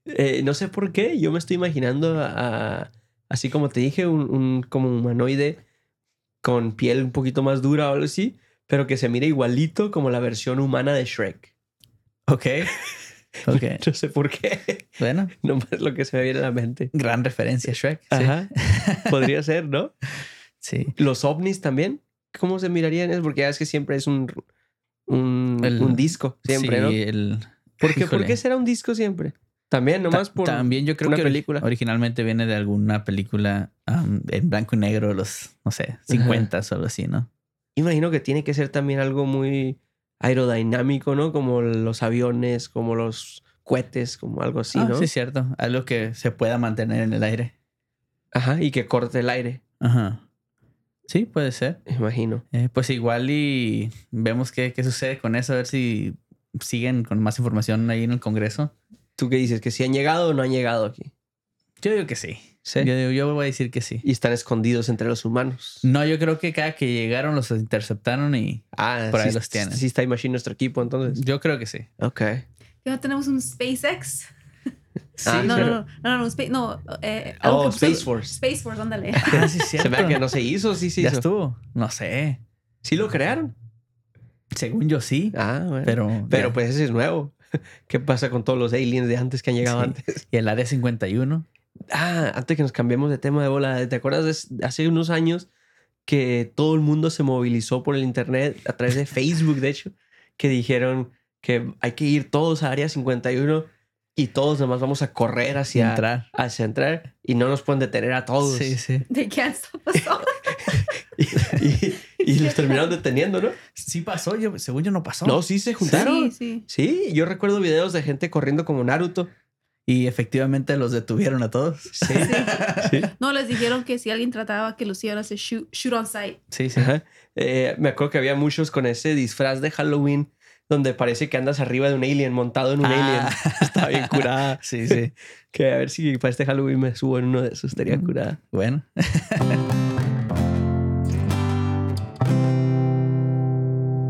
[SPEAKER 1] Eh, no sé por qué. Yo me estoy imaginando a- así como te dije, un, un- como humanoide con piel un poquito más dura o algo así, pero que se mire igualito como la versión humana de Shrek.
[SPEAKER 2] Ok. Ok.
[SPEAKER 1] <laughs> No sé por qué. <laughs>
[SPEAKER 2] Bueno,
[SPEAKER 1] Nomás lo que se me viene a la mente.
[SPEAKER 2] gran referencia, Shrek. Sí. <laughs>
[SPEAKER 1] Ajá. Podría ser, ¿no?
[SPEAKER 2] Sí.
[SPEAKER 1] Los ovnis también. ¿Cómo se mirarían? Es porque ya es que siempre es un, un,
[SPEAKER 2] El-
[SPEAKER 1] un disco. Siempre,
[SPEAKER 2] Sí,
[SPEAKER 1] ¿no?
[SPEAKER 2] el-
[SPEAKER 1] ¿Por qué,
[SPEAKER 2] híjole.
[SPEAKER 1] ¿Por qué será un disco siempre? También, nomás
[SPEAKER 2] Ta-
[SPEAKER 1] por.
[SPEAKER 2] También yo creo
[SPEAKER 1] una
[SPEAKER 2] que ori-
[SPEAKER 1] película.
[SPEAKER 2] originalmente viene de alguna película um, en blanco y negro de los, no sé, 50 o algo así, ¿no?
[SPEAKER 1] Imagino que tiene que ser también algo muy aerodinámico, ¿no? Como los aviones, como los cohetes, como algo así,
[SPEAKER 2] Ah,
[SPEAKER 1] ¿no?
[SPEAKER 2] Sí, es cierto. Algo que se pueda mantener en el aire.
[SPEAKER 1] Ajá, y que corte el aire,
[SPEAKER 2] Ajá. Sí, puede ser.
[SPEAKER 1] imagino.
[SPEAKER 2] Eh, pues igual y vemos qué, qué sucede con eso, a ver si siguen con más información ahí en el Congreso.
[SPEAKER 1] ¿Tú qué dices? ¿Que si han llegado o no han llegado aquí?
[SPEAKER 2] Yo digo que sí.
[SPEAKER 1] Sí.
[SPEAKER 2] Yo, Mm, digo- yo voy a decir que sí.
[SPEAKER 1] Y están escondidos entre los humanos.
[SPEAKER 2] No, yo creo que cada que llegaron los interceptaron y
[SPEAKER 1] Ah,
[SPEAKER 2] Por ahí
[SPEAKER 1] sí-
[SPEAKER 2] los tienen.
[SPEAKER 1] Sí, está Imagine nuestro equipo, entonces.
[SPEAKER 2] yo creo que sí.
[SPEAKER 1] Ok.
[SPEAKER 3] Ya tenemos un SpaceX.
[SPEAKER 2] Sí,
[SPEAKER 1] Ah,
[SPEAKER 3] no,
[SPEAKER 1] pero-
[SPEAKER 3] no, no, no, no, un Spa- no, eh, algo
[SPEAKER 1] Oh,
[SPEAKER 3] que-
[SPEAKER 1] Space
[SPEAKER 2] pues,
[SPEAKER 1] Force.
[SPEAKER 3] Space Force,
[SPEAKER 2] <laughs>
[SPEAKER 3] ándale. <laughs>
[SPEAKER 2] Ah, sí,
[SPEAKER 1] <laughs>
[SPEAKER 2] es
[SPEAKER 1] Se
[SPEAKER 2] cierto.
[SPEAKER 1] vea que no se hizo, sí se
[SPEAKER 2] ya
[SPEAKER 1] hizo.
[SPEAKER 2] estuvo. No sé.
[SPEAKER 1] Sí lo crearon.
[SPEAKER 2] Según yo sí,
[SPEAKER 1] Ah, bueno. Pero,
[SPEAKER 2] pero... ya.
[SPEAKER 1] pues ese es nuevo. <laughs> ¿Qué pasa con todos los aliens de antes que han llegado
[SPEAKER 2] Sí.
[SPEAKER 1] antes? <laughs>
[SPEAKER 2] Y el área 51.
[SPEAKER 1] Ah, antes que nos cambiemos de tema de bola, ¿te acuerdas de s- hace unos años que todo el mundo se movilizó por el internet a través de Facebook, de hecho, que dijeron que hay que ir todos a Área 51 y todos nomás vamos a correr
[SPEAKER 2] Sin
[SPEAKER 1] hacia entrar,
[SPEAKER 2] entrar.
[SPEAKER 1] hacia entrar y no nos pueden detener a todos?
[SPEAKER 2] Sí, sí.
[SPEAKER 3] They can't stop us all.
[SPEAKER 1] <laughs> Y, y- y los terminaron deteniendo, ¿no?
[SPEAKER 2] Sí pasó, yo, según yo no pasó.
[SPEAKER 1] No, sí se juntaron.
[SPEAKER 3] Sí, sí.
[SPEAKER 1] Sí, yo recuerdo videos de gente corriendo como Naruto.
[SPEAKER 2] Y efectivamente los detuvieron a todos.
[SPEAKER 1] Sí.
[SPEAKER 3] No, les dijeron que si alguien trataba que los iban a hacer shoot, shoot on sight.
[SPEAKER 2] Sí, sí.
[SPEAKER 1] Ajá. Eh, me acuerdo que había muchos con ese disfraz de Halloween donde parece que andas arriba de un alien, montado en un
[SPEAKER 2] Ah. <laughs>
[SPEAKER 1] alien. <laughs> Está bien curada.
[SPEAKER 2] Sí, sí.
[SPEAKER 1] Que a ver si para este Halloween me subo en uno de esos, estaría
[SPEAKER 2] Mm.
[SPEAKER 1] curada.
[SPEAKER 2] Bueno.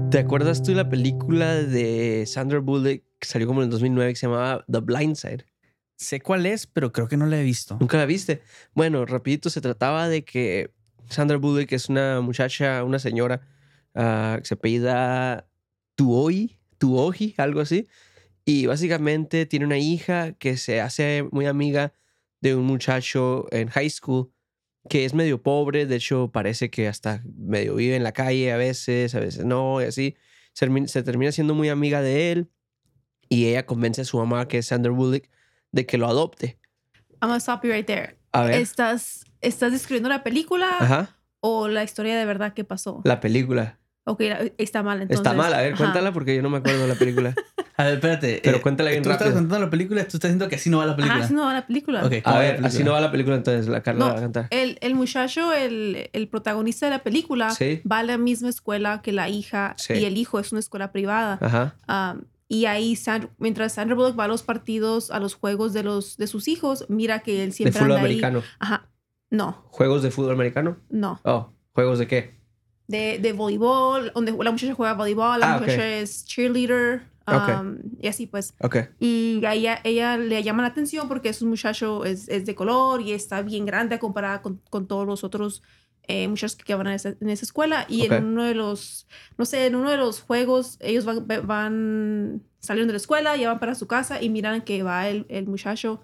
[SPEAKER 1] ¿Te acuerdas tú de la película de Sandra Bullock que salió como en el 2009 que se llamaba The Blind Side?
[SPEAKER 2] Sé cuál es, pero creo que no la he visto.
[SPEAKER 1] ¿Nunca la viste? Bueno, rapidito, se trataba de que Sandra Bullock es una muchacha, una señora ah, que se apellida Tuoi, Tuoji, algo así. Y básicamente tiene una hija que se hace muy amiga de un muchacho en high school que es medio pobre, de hecho parece que hasta medio vive en la calle a veces, a veces no, y así. Se termi- se termina siendo muy amiga de él y ella convence a su mamá, que es Sandra Bullock, de que lo adopte.
[SPEAKER 3] I'm gonna stop you right there.
[SPEAKER 1] A ver.
[SPEAKER 3] ¿Estás, estás describiendo la película
[SPEAKER 1] Ajá.
[SPEAKER 3] o la historia de verdad que pasó?
[SPEAKER 1] La película.
[SPEAKER 3] Ok, la- está mal entonces.
[SPEAKER 1] Está mal, a ver,
[SPEAKER 3] Ajá. Eh,
[SPEAKER 1] cuéntala porque yo no me acuerdo de la película.
[SPEAKER 2] A ver, espérate.
[SPEAKER 3] <laughs>
[SPEAKER 2] eh,
[SPEAKER 1] Pero cuéntala bien
[SPEAKER 2] tú
[SPEAKER 1] rápido.
[SPEAKER 2] estás contando la película, tú estás diciendo que así no va la película.
[SPEAKER 3] Ajá, así no va la película.
[SPEAKER 2] Ok, ¿cómo
[SPEAKER 1] A
[SPEAKER 2] va la
[SPEAKER 1] ver, así
[SPEAKER 2] película?
[SPEAKER 1] no va la película entonces, la Carla
[SPEAKER 3] No. eh,
[SPEAKER 1] va a cantar.
[SPEAKER 3] El, el muchacho, el, el protagonista de la película,
[SPEAKER 1] Sí.
[SPEAKER 3] va a la misma escuela que la hija
[SPEAKER 1] Sí. Ah.
[SPEAKER 3] y el hijo, es una escuela privada.
[SPEAKER 1] Ajá.
[SPEAKER 3] Um, y ahí, Sand- mientras Sandra Bullock va a los partidos, a los juegos de, los, de sus hijos, mira que él
[SPEAKER 1] De
[SPEAKER 3] siempre
[SPEAKER 1] fútbol
[SPEAKER 3] anda
[SPEAKER 1] americano.
[SPEAKER 3] ahí. Ajá. No,
[SPEAKER 1] ¿Juegos de fútbol americano?
[SPEAKER 3] no.
[SPEAKER 1] Oh, ¿juegos de qué?
[SPEAKER 3] De, de voleibol, donde la muchacha juega voleibol, la
[SPEAKER 1] Ah, ok.
[SPEAKER 3] muchacha es cheerleader, um, y así pues.
[SPEAKER 1] Ok.
[SPEAKER 3] Y a ella, ella le llama la atención porque es un muchacho, es, es de color y está bien grande comparada con, con todos los otros eh, muchachos que van a esa, en esa escuela. Y
[SPEAKER 1] Ok.
[SPEAKER 3] en uno de los, no sé, en uno de los juegos, ellos van, van salieron de la escuela, ya van para su casa y miran que va el, el muchacho,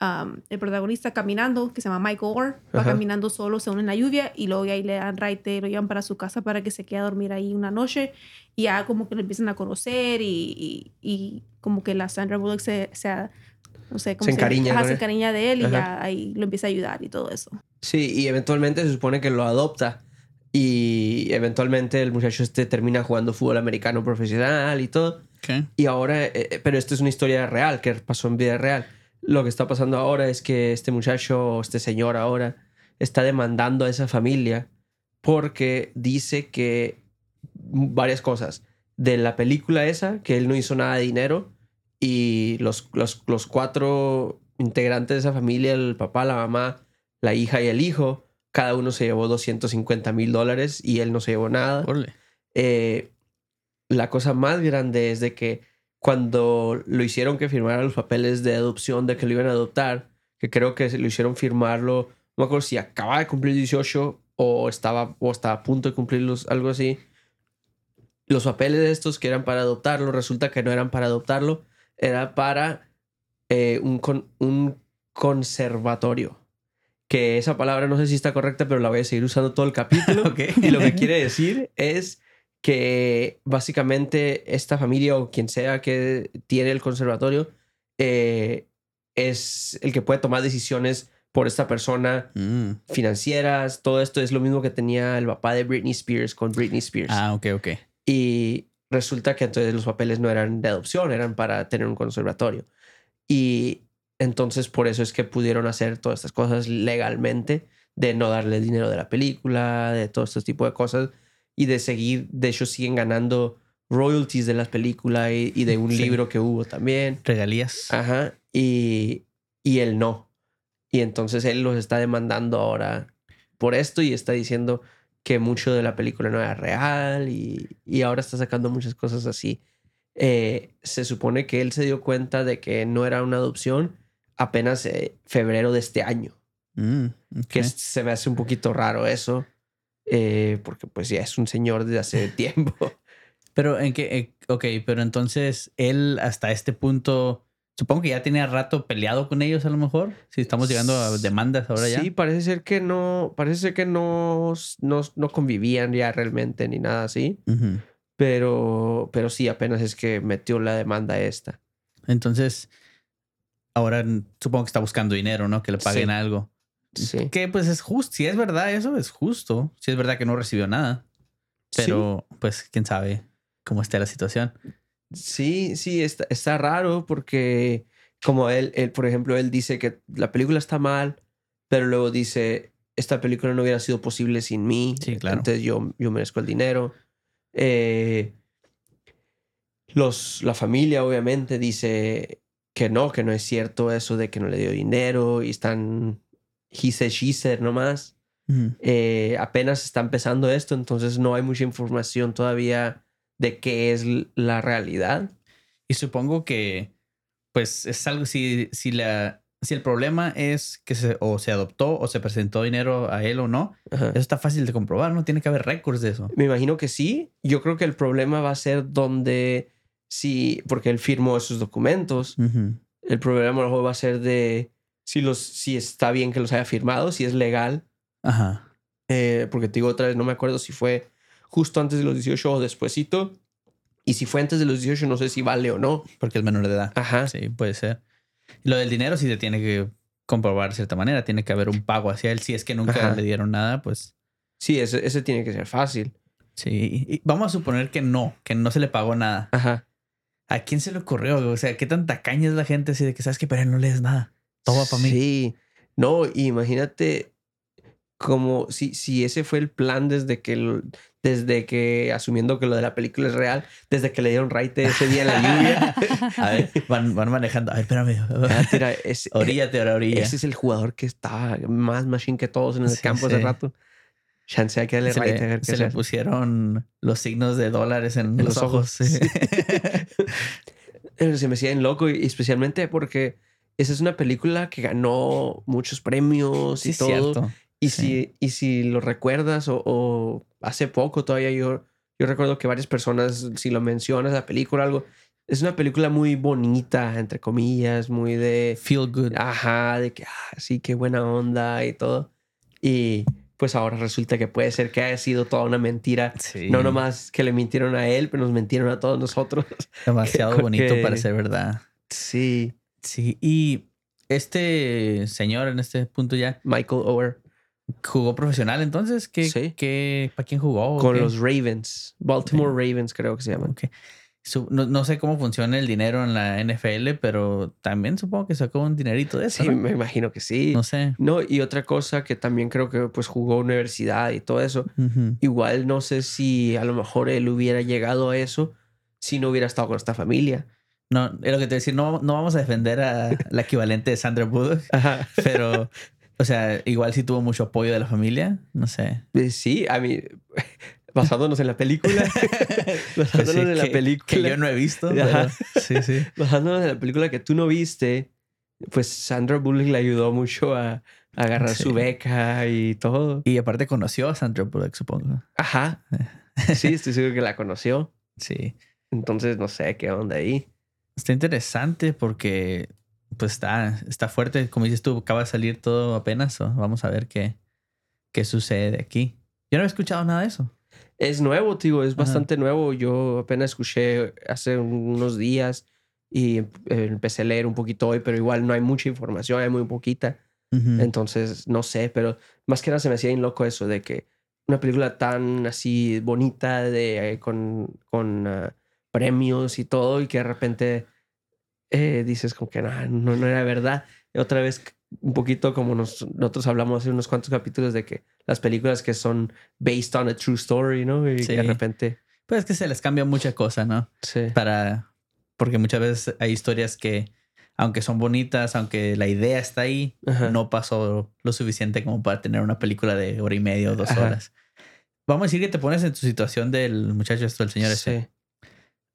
[SPEAKER 3] um, el protagonista caminando, que se llama Michael Orr, va
[SPEAKER 1] Ajá.
[SPEAKER 3] caminando solo, se une en la lluvia y luego ahí le dan raite, lo llevan para su casa para que se quede a dormir ahí una noche y ya como que lo empiezan a conocer y, y- y como que la Sandra Bullock se, se no sé, como
[SPEAKER 1] Se encariña
[SPEAKER 3] ajá,
[SPEAKER 1] con
[SPEAKER 3] se
[SPEAKER 1] él.
[SPEAKER 3] encariña de él y
[SPEAKER 1] Ajá.
[SPEAKER 3] ya ahí lo empieza a ayudar y todo eso.
[SPEAKER 1] Sí, y eventualmente se supone que lo adopta. Y eventualmente el muchacho este termina jugando fútbol americano profesional y todo.
[SPEAKER 2] Ok.
[SPEAKER 1] Y ahora, eh, eh, pero esto es una historia real que pasó en vida real. Lo que está pasando ahora es que este muchacho, este señor ahora, está demandando a esa familia porque dice que varias cosas. De la película esa, que él no hizo nada de dinero y los, los, los cuatro integrantes de esa familia, el papá, la mamá, la hija y el hijo, cada uno se llevó 250 mil dólares y él no se llevó nada
[SPEAKER 2] Órale.
[SPEAKER 1] eh, la cosa más grande es de que cuando lo hicieron que firmara los papeles de adopción de que lo iban a adoptar, que creo que lo hicieron firmarlo, no me acuerdo si acaba de cumplir 18 o estaba, o estaba a punto de cumplirlos, algo así. Los papeles estos que eran para adoptarlo, resulta que no eran para adoptarlo, era para eh, un, con- un conservatorio. Que esa palabra no sé si está correcta, pero la voy a seguir usando todo el capítulo.
[SPEAKER 2] <laughs> Ok.
[SPEAKER 1] <laughs> Y lo que quiere decir es que básicamente esta familia o quien sea que tiene el conservatorio eh, es el que puede tomar decisiones por esta persona
[SPEAKER 2] Mm.
[SPEAKER 1] financieras. Todo esto es lo mismo que tenía el papá de Britney Spears con Britney Spears.
[SPEAKER 2] Ah, ok, ok.
[SPEAKER 1] Y resulta que entonces los papeles no eran de adopción, eran para tener un conservatorio. Y entonces por eso es que pudieron hacer todas estas cosas legalmente, de no darle dinero de la película, de todo este tipo de cosas, y de seguir, de hecho siguen ganando royalties de las películas y, y de un
[SPEAKER 2] Sí.
[SPEAKER 1] libro que hubo también.
[SPEAKER 2] Regalías.
[SPEAKER 1] Ajá. Y, y él no. Y entonces él los está demandando ahora por esto y está diciendo que mucho de la película no era real y, y ahora está sacando muchas cosas así. Eh, se supone que él se dio cuenta de que no era una adopción apenas eh, febrero de este año,
[SPEAKER 2] Mm, ok.
[SPEAKER 1] que es- se me hace un poquito raro eso, eh, porque pues ya es un señor desde hace <laughs> tiempo.
[SPEAKER 2] Pero en qué, eh, ok, pero entonces él hasta este punto, supongo que ya tenía rato peleado con ellos a lo mejor, si estamos llegando a demandas ahora ya.
[SPEAKER 1] Sí, parece ser que no, parece ser que no, no, no convivían ya realmente ni nada así.
[SPEAKER 2] Ujú.
[SPEAKER 1] Pero, pero sí, apenas es que metió la demanda esta.
[SPEAKER 2] Entonces, ahora n- supongo que está buscando dinero, ¿no? Que le paguen
[SPEAKER 1] Sí.
[SPEAKER 2] algo.
[SPEAKER 1] Sí.
[SPEAKER 2] Que pues es justo, si es verdad eso, es justo. Si es verdad que no recibió nada, pero pues quién sabe cómo esté la situación.
[SPEAKER 1] Sí, sí, sí, está, está raro porque como él, él, por ejemplo, él dice que la película está mal, pero luego dice, esta película no hubiera sido posible sin mí.
[SPEAKER 2] Sí, claro.
[SPEAKER 1] Entonces yo, yo merezco el dinero. Eh, los, la familia obviamente dice que no, que no es cierto eso de que no le dio dinero y están he said, she said nomás.
[SPEAKER 2] Ujú.
[SPEAKER 1] eh, apenas está empezando esto, entonces no hay mucha información todavía de qué es l- la realidad.
[SPEAKER 2] Y supongo que, pues es algo, si, si, la, si el problema es que se, o se adoptó o se presentó dinero a él o no,
[SPEAKER 1] Ajá.
[SPEAKER 2] eso está fácil de comprobar, ¿no? Tiene que haber récords de eso.
[SPEAKER 1] Me imagino que sí. Yo creo que el problema va a ser donde si, porque él firmó esos documentos,
[SPEAKER 2] Ujú.
[SPEAKER 1] el problema a lo mejor va a ser de si, los, si está bien que los haya firmado, si es legal,
[SPEAKER 2] Ajá.
[SPEAKER 1] Eh, porque te digo otra vez, no me acuerdo si fue justo antes de los 18 o despuesito. Y si fue antes de los 18, no sé si vale o no.
[SPEAKER 2] Porque es menor de edad.
[SPEAKER 1] Ajá.
[SPEAKER 2] Sí, puede ser. Y Lo del dinero sí se tiene que comprobar de cierta manera. Tiene que haber un pago hacia él. Si es que nunca
[SPEAKER 1] Ajá.
[SPEAKER 2] le dieron nada, pues
[SPEAKER 1] Sí, ese, ese tiene que ser fácil.
[SPEAKER 2] Sí. Y vamos a suponer que no, que no se le pagó nada.
[SPEAKER 1] Ajá.
[SPEAKER 2] ¿A quién se le ocurrió? O sea, ¿qué tan tacaña es la gente así de que sabes que pero no lees <laughs> nada? Todo va para mí.
[SPEAKER 1] Sí. No, imagínate como si, si ese fue el plan desde que, lo- desde que, asumiendo que lo de la película es real, desde que le dieron raite ese día en la
[SPEAKER 2] <laughs>
[SPEAKER 1] lluvia.
[SPEAKER 2] A ver, van, van manejando. A ver, espérame.
[SPEAKER 1] Ah, tira, es-
[SPEAKER 2] Oríllate ahora, <laughs> orilla.
[SPEAKER 1] ese es el jugador que estaba más machine que todos en el
[SPEAKER 2] Sí,
[SPEAKER 1] campo hace
[SPEAKER 2] sí.
[SPEAKER 1] rato. Chance hay que darle
[SPEAKER 2] Se
[SPEAKER 1] raite a ver
[SPEAKER 2] le,
[SPEAKER 1] qué
[SPEAKER 2] se le
[SPEAKER 1] hacer.
[SPEAKER 2] pusieron los signos de dólares en,
[SPEAKER 1] En
[SPEAKER 2] los
[SPEAKER 1] los
[SPEAKER 2] ojos.
[SPEAKER 1] ojos.
[SPEAKER 2] <laughs> sí.
[SPEAKER 1] Eh, se me hacía en loco y especialmente porque esa es una película que ganó muchos premios
[SPEAKER 2] Sí,
[SPEAKER 1] y
[SPEAKER 2] es
[SPEAKER 1] todo.
[SPEAKER 2] cierto.
[SPEAKER 1] Y,
[SPEAKER 2] Sí.
[SPEAKER 1] si, y si lo recuerdas o, o hace poco todavía yo, yo recuerdo que varias personas, si lo mencionas, la película o algo, es una película muy bonita, entre comillas, muy de,
[SPEAKER 2] Feel good.
[SPEAKER 1] ajá, de que, ah, sí, qué buena onda y todo. Y pues ahora resulta que puede ser que haya sido toda una mentira.
[SPEAKER 2] Sí.
[SPEAKER 1] No nomás que le mintieron a él, pero nos mintieron a todos nosotros.
[SPEAKER 2] Demasiado
[SPEAKER 1] que-
[SPEAKER 2] bonito
[SPEAKER 1] que-
[SPEAKER 2] para ser verdad.
[SPEAKER 1] Sí,
[SPEAKER 2] Sí. Y este señor en este punto ya
[SPEAKER 1] Michael Ower
[SPEAKER 2] jugó profesional entonces. ¿Qué,
[SPEAKER 1] Sí.
[SPEAKER 2] qué- ¿Para quién jugó? o
[SPEAKER 1] con
[SPEAKER 2] qué?
[SPEAKER 1] los Ravens, Baltimore Ravens creo que se llaman.
[SPEAKER 2] Ok. Su- no, no sé cómo funciona el dinero en la NFL, pero también supongo que sacó un dinerito de eso.
[SPEAKER 1] Sí,
[SPEAKER 2] ¿no?
[SPEAKER 1] me imagino que sí.
[SPEAKER 2] No sé.
[SPEAKER 1] No, y otra cosa que también creo que pues jugó universidad y todo eso.
[SPEAKER 2] Ujú.
[SPEAKER 1] Igual no sé si a lo mejor él hubiera llegado a eso si no hubiera estado con esta familia.
[SPEAKER 2] No, es lo que te decía, no, no vamos a defender a la equivalente de Sandra Bullock,
[SPEAKER 1] Ajá.
[SPEAKER 2] pero, o sea, igual sí tuvo mucho apoyo de la familia, no sé.
[SPEAKER 1] Eh, Sí, a mí, <laughs> basándonos en la película,
[SPEAKER 2] <laughs> Pues
[SPEAKER 1] basándonos
[SPEAKER 2] sí,
[SPEAKER 1] en la
[SPEAKER 2] que-
[SPEAKER 1] película,
[SPEAKER 2] Que yo no he visto.
[SPEAKER 1] Ajá.
[SPEAKER 2] pero-
[SPEAKER 1] <laughs>
[SPEAKER 2] sí, sí.
[SPEAKER 1] basándonos en la película que tú no viste, pues Sandra Bullock le ayudó mucho a, a agarrar
[SPEAKER 2] Sí.
[SPEAKER 1] su beca y todo.
[SPEAKER 2] Y aparte conoció a Sandra Bullock, supongo.
[SPEAKER 1] Ajá. Sí, estoy seguro que la conoció.
[SPEAKER 2] Sí.
[SPEAKER 1] Entonces no sé qué onda ahí.
[SPEAKER 2] Está interesante porque, pues está, está fuerte. Como dices tú, acaba de salir todo apenas. o vamos a ver qué, qué sucede aquí. Yo no he escuchado nada de eso.
[SPEAKER 1] Es nuevo, te digo, es
[SPEAKER 2] Ajá.
[SPEAKER 1] bastante nuevo. Yo apenas escuché hace unos días y eh, empecé a leer un poquito hoy, pero igual no hay mucha información, hay muy poquita. Entonces, no sé, pero más que nada se me hacía bien loco eso de que una película tan así bonita, de, eh, con, con ah, premios y todo, y que de repente eh, dices como que "Nah, no, no era verdad. Y otra vez, un poquito como nos- nosotros hablamos hace unos cuantos capítulos de que las películas que son based on a true story, ¿no? Y que de
[SPEAKER 2] Sí.
[SPEAKER 1] repente,
[SPEAKER 2] Pues es que se les cambia mucha cosa, ¿no?
[SPEAKER 1] sí,
[SPEAKER 2] Para, porque muchas veces hay historias que, aunque son bonitas, aunque la idea está ahí,
[SPEAKER 1] Ajá.
[SPEAKER 2] no pasó lo suficiente como para tener una película de hora y media o dos
[SPEAKER 1] Ajá.
[SPEAKER 2] horas. Vamos a decir que te pones en tu situación del muchacho, esto, el señor este.
[SPEAKER 1] sí,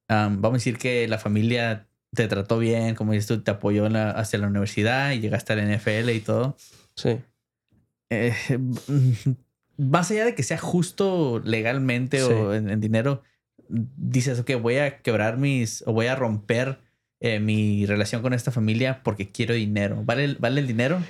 [SPEAKER 2] Am, vamos a decir que la familia te trató bien, como dices tú, te apoyó en la- hacia la universidad y llegaste al NFL y todo.
[SPEAKER 1] sí,
[SPEAKER 2] Eh, <laughs> más allá de que sea justo legalmente o en, en dinero, dices, ok, voy a quebrar mis, o voy a romper eh, mi relación con esta familia porque quiero dinero. ¿Vale, el- vale el dinero?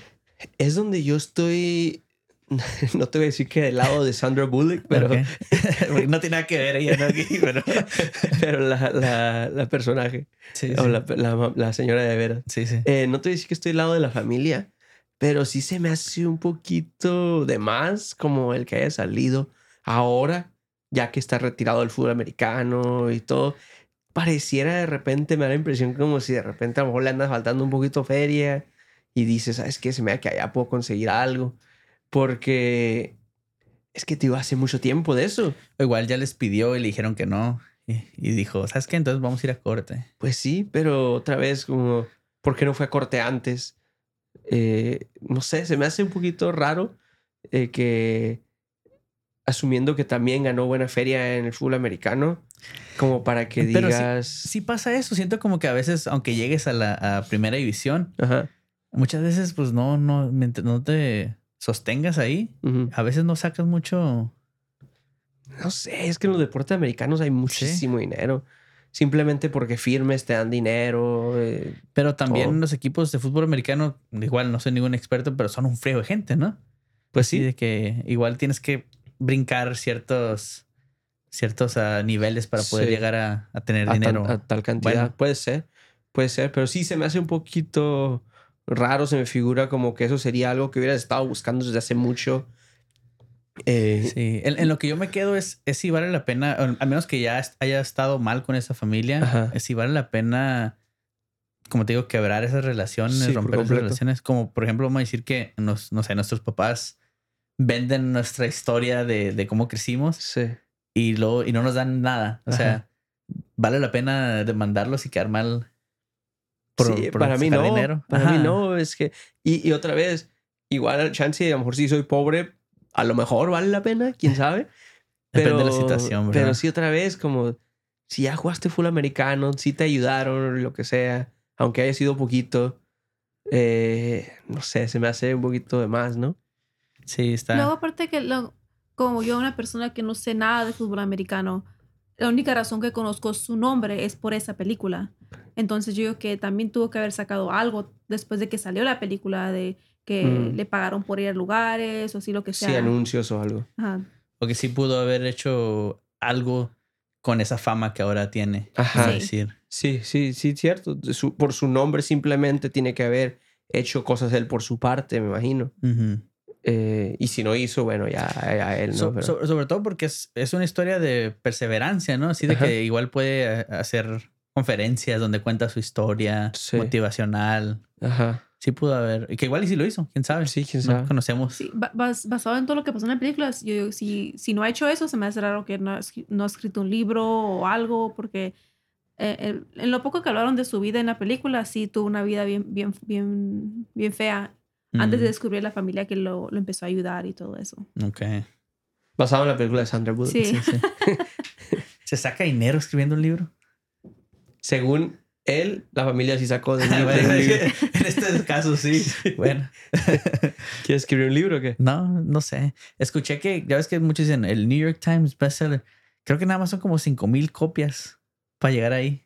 [SPEAKER 1] Es donde yo estoy, <laughs> no te voy a decir que del lado de Sandra <laughs> Bullock, pero...
[SPEAKER 2] Ok. <laughs> Porque no tiene nada que ver ella, ¿no? Aquí, pero...
[SPEAKER 1] <laughs> Pero la, la, la personaje,
[SPEAKER 2] <laughs> Sí,
[SPEAKER 1] o
[SPEAKER 2] sí.
[SPEAKER 1] la, la ma- la señora de veras.
[SPEAKER 2] Sí, sí.
[SPEAKER 1] Eh, no te voy a decir que estoy al lado de la familia, pero sí se me hace un poquito de más como el que haya salido ahora, ya que está retirado del fútbol americano y todo. Pareciera de repente, me da la impresión como si de repente a lo mejor le anda faltando un poquito feria y dices, ¿sabes qué? Se me da que allá puedo conseguir algo. Porque es que, tío, hace mucho tiempo de eso.
[SPEAKER 2] O Igual ya les pidió y le dijeron que no. Y, y dijo, ¿sabes qué? Entonces vamos a ir a corte.
[SPEAKER 1] Pues sí, pero otra vez como, ¿por qué no fue a corte antes? Eh, no sé, se me hace un poquito raro eh, que asumiendo que también ganó buena feria en el fútbol americano, como para que
[SPEAKER 2] Pero sí-
[SPEAKER 1] digas...
[SPEAKER 2] Sí pasa eso. Siento como que a veces, aunque llegues a la a primera división,
[SPEAKER 1] Ajá,
[SPEAKER 2] muchas veces pues no, no, mientras no te sostengas ahí,
[SPEAKER 1] ujú.
[SPEAKER 2] a veces no sacas mucho.
[SPEAKER 1] No sé, es que en los deportes americanos hay muchísimo dinero. Simplemente porque firmes te dan dinero. eh,
[SPEAKER 2] Pero también
[SPEAKER 1] Oh.
[SPEAKER 2] los equipos de fútbol americano, igual no soy ningún experto, pero son un frío de gente, ¿no?
[SPEAKER 1] pues
[SPEAKER 2] Sí,
[SPEAKER 1] sí,
[SPEAKER 2] de que igual tienes que brincar ciertos ciertos ah, niveles para poder
[SPEAKER 1] Sí.
[SPEAKER 2] llegar a, a tener
[SPEAKER 1] a, tan-
[SPEAKER 2] dinero.
[SPEAKER 1] a tal cantidad.
[SPEAKER 2] Bueno.
[SPEAKER 1] Puede ser, puede ser, pero sí se me hace un poquito raro, se me figura como que eso sería algo que hubieras estado buscando desde hace mucho Eh,
[SPEAKER 2] Sí, en, en lo que yo me quedo es, es si vale la pena, o al menos que ya est- haya estado mal con esa familia,
[SPEAKER 1] Ajá.
[SPEAKER 2] es si vale la pena, como te digo, quebrar esas relaciones,
[SPEAKER 1] Sí, por
[SPEAKER 2] romper esas
[SPEAKER 1] completo.
[SPEAKER 2] relaciones. Como por ejemplo, vamos a decir que nos, no sé, nuestros papás venden nuestra historia de, de cómo crecimos
[SPEAKER 1] sí.
[SPEAKER 2] y, luego, y no nos dan nada. O sea,
[SPEAKER 1] Ajá.
[SPEAKER 2] vale la pena demandarlos y quedar mal.
[SPEAKER 1] Sí, para mí no.
[SPEAKER 2] sacar dinero.
[SPEAKER 1] Para mí
[SPEAKER 2] Ajá.
[SPEAKER 1] no, es que. Y, y otra vez, igual, chance, a lo mejor si soy pobre, a lo mejor vale la pena, quién sabe.
[SPEAKER 2] Depende
[SPEAKER 1] Pero,
[SPEAKER 2] de la situación, ¿verdad?
[SPEAKER 1] Pero sí, otra vez, como si ya jugaste full americano, si te ayudaron, lo que sea, aunque haya sido poquito, eh, no sé, se me hace un poquito de más, ¿no?
[SPEAKER 2] Sí, está.
[SPEAKER 3] Luego, aparte que lo- como yo, una persona que no sé nada de fútbol americano, la única razón que conozco su nombre es por esa película. Entonces yo digo que también tuvo que haber sacado algo después de que salió la película de que
[SPEAKER 1] Mm.
[SPEAKER 3] le pagaron por ir a lugares o así lo que sea.
[SPEAKER 1] Sí, anuncios o algo.
[SPEAKER 3] Ajá.
[SPEAKER 2] Porque sí pudo haber hecho algo con esa fama que ahora tiene.
[SPEAKER 1] Ajá.
[SPEAKER 2] Ajá.
[SPEAKER 3] Sí.
[SPEAKER 2] decir.
[SPEAKER 1] Sí, sí, sí, cierto. Su- por su nombre simplemente tiene que haber hecho cosas él por su parte, me imagino.
[SPEAKER 2] Ujú.
[SPEAKER 1] Eh, y si no hizo, bueno, ya a él no.
[SPEAKER 2] So-
[SPEAKER 1] pero-
[SPEAKER 2] so- sobre todo porque es, es una historia de perseverancia, ¿no? Así de
[SPEAKER 1] Ajá.
[SPEAKER 2] que igual puede eh, hacer conferencias donde cuenta su historia
[SPEAKER 1] Sí.
[SPEAKER 2] motivacional.
[SPEAKER 1] Ajá.
[SPEAKER 2] Sí pudo haber. Y que igual y si lo hizo, quién sabe.
[SPEAKER 1] Sí, quién
[SPEAKER 2] No
[SPEAKER 1] sabe.
[SPEAKER 2] conocemos.
[SPEAKER 3] Sí, ba- bas- basado en todo lo que pasó en la película, yo digo, si, si no ha hecho eso, se me hace raro que no ha, escri- no ha escrito un libro o algo, porque eh, el- en lo poco que hablaron de su vida en la película, sí tuvo una vida bien, bien, bien, bien fea
[SPEAKER 2] Mm,
[SPEAKER 3] antes de descubrir la familia que lo, lo empezó a ayudar y todo eso.
[SPEAKER 2] ok.
[SPEAKER 1] Basado en la película de Sandra Bullock.
[SPEAKER 3] Sí.
[SPEAKER 2] Pues, Sí, sí. ¿Se saca dinero escribiendo un libro?
[SPEAKER 1] Según él, la familia sí
[SPEAKER 2] <laughs>
[SPEAKER 1] sacó de un libro.
[SPEAKER 2] Ah, Bueno, <laughs> en este caso, sí. Bueno.
[SPEAKER 1] ¿Quieres escribir un libro o qué?
[SPEAKER 2] No, no sé. Escuché que, ya ves que muchos dicen, el New York Times bestseller, creo que nada más son como 5000 copias para llegar ahí.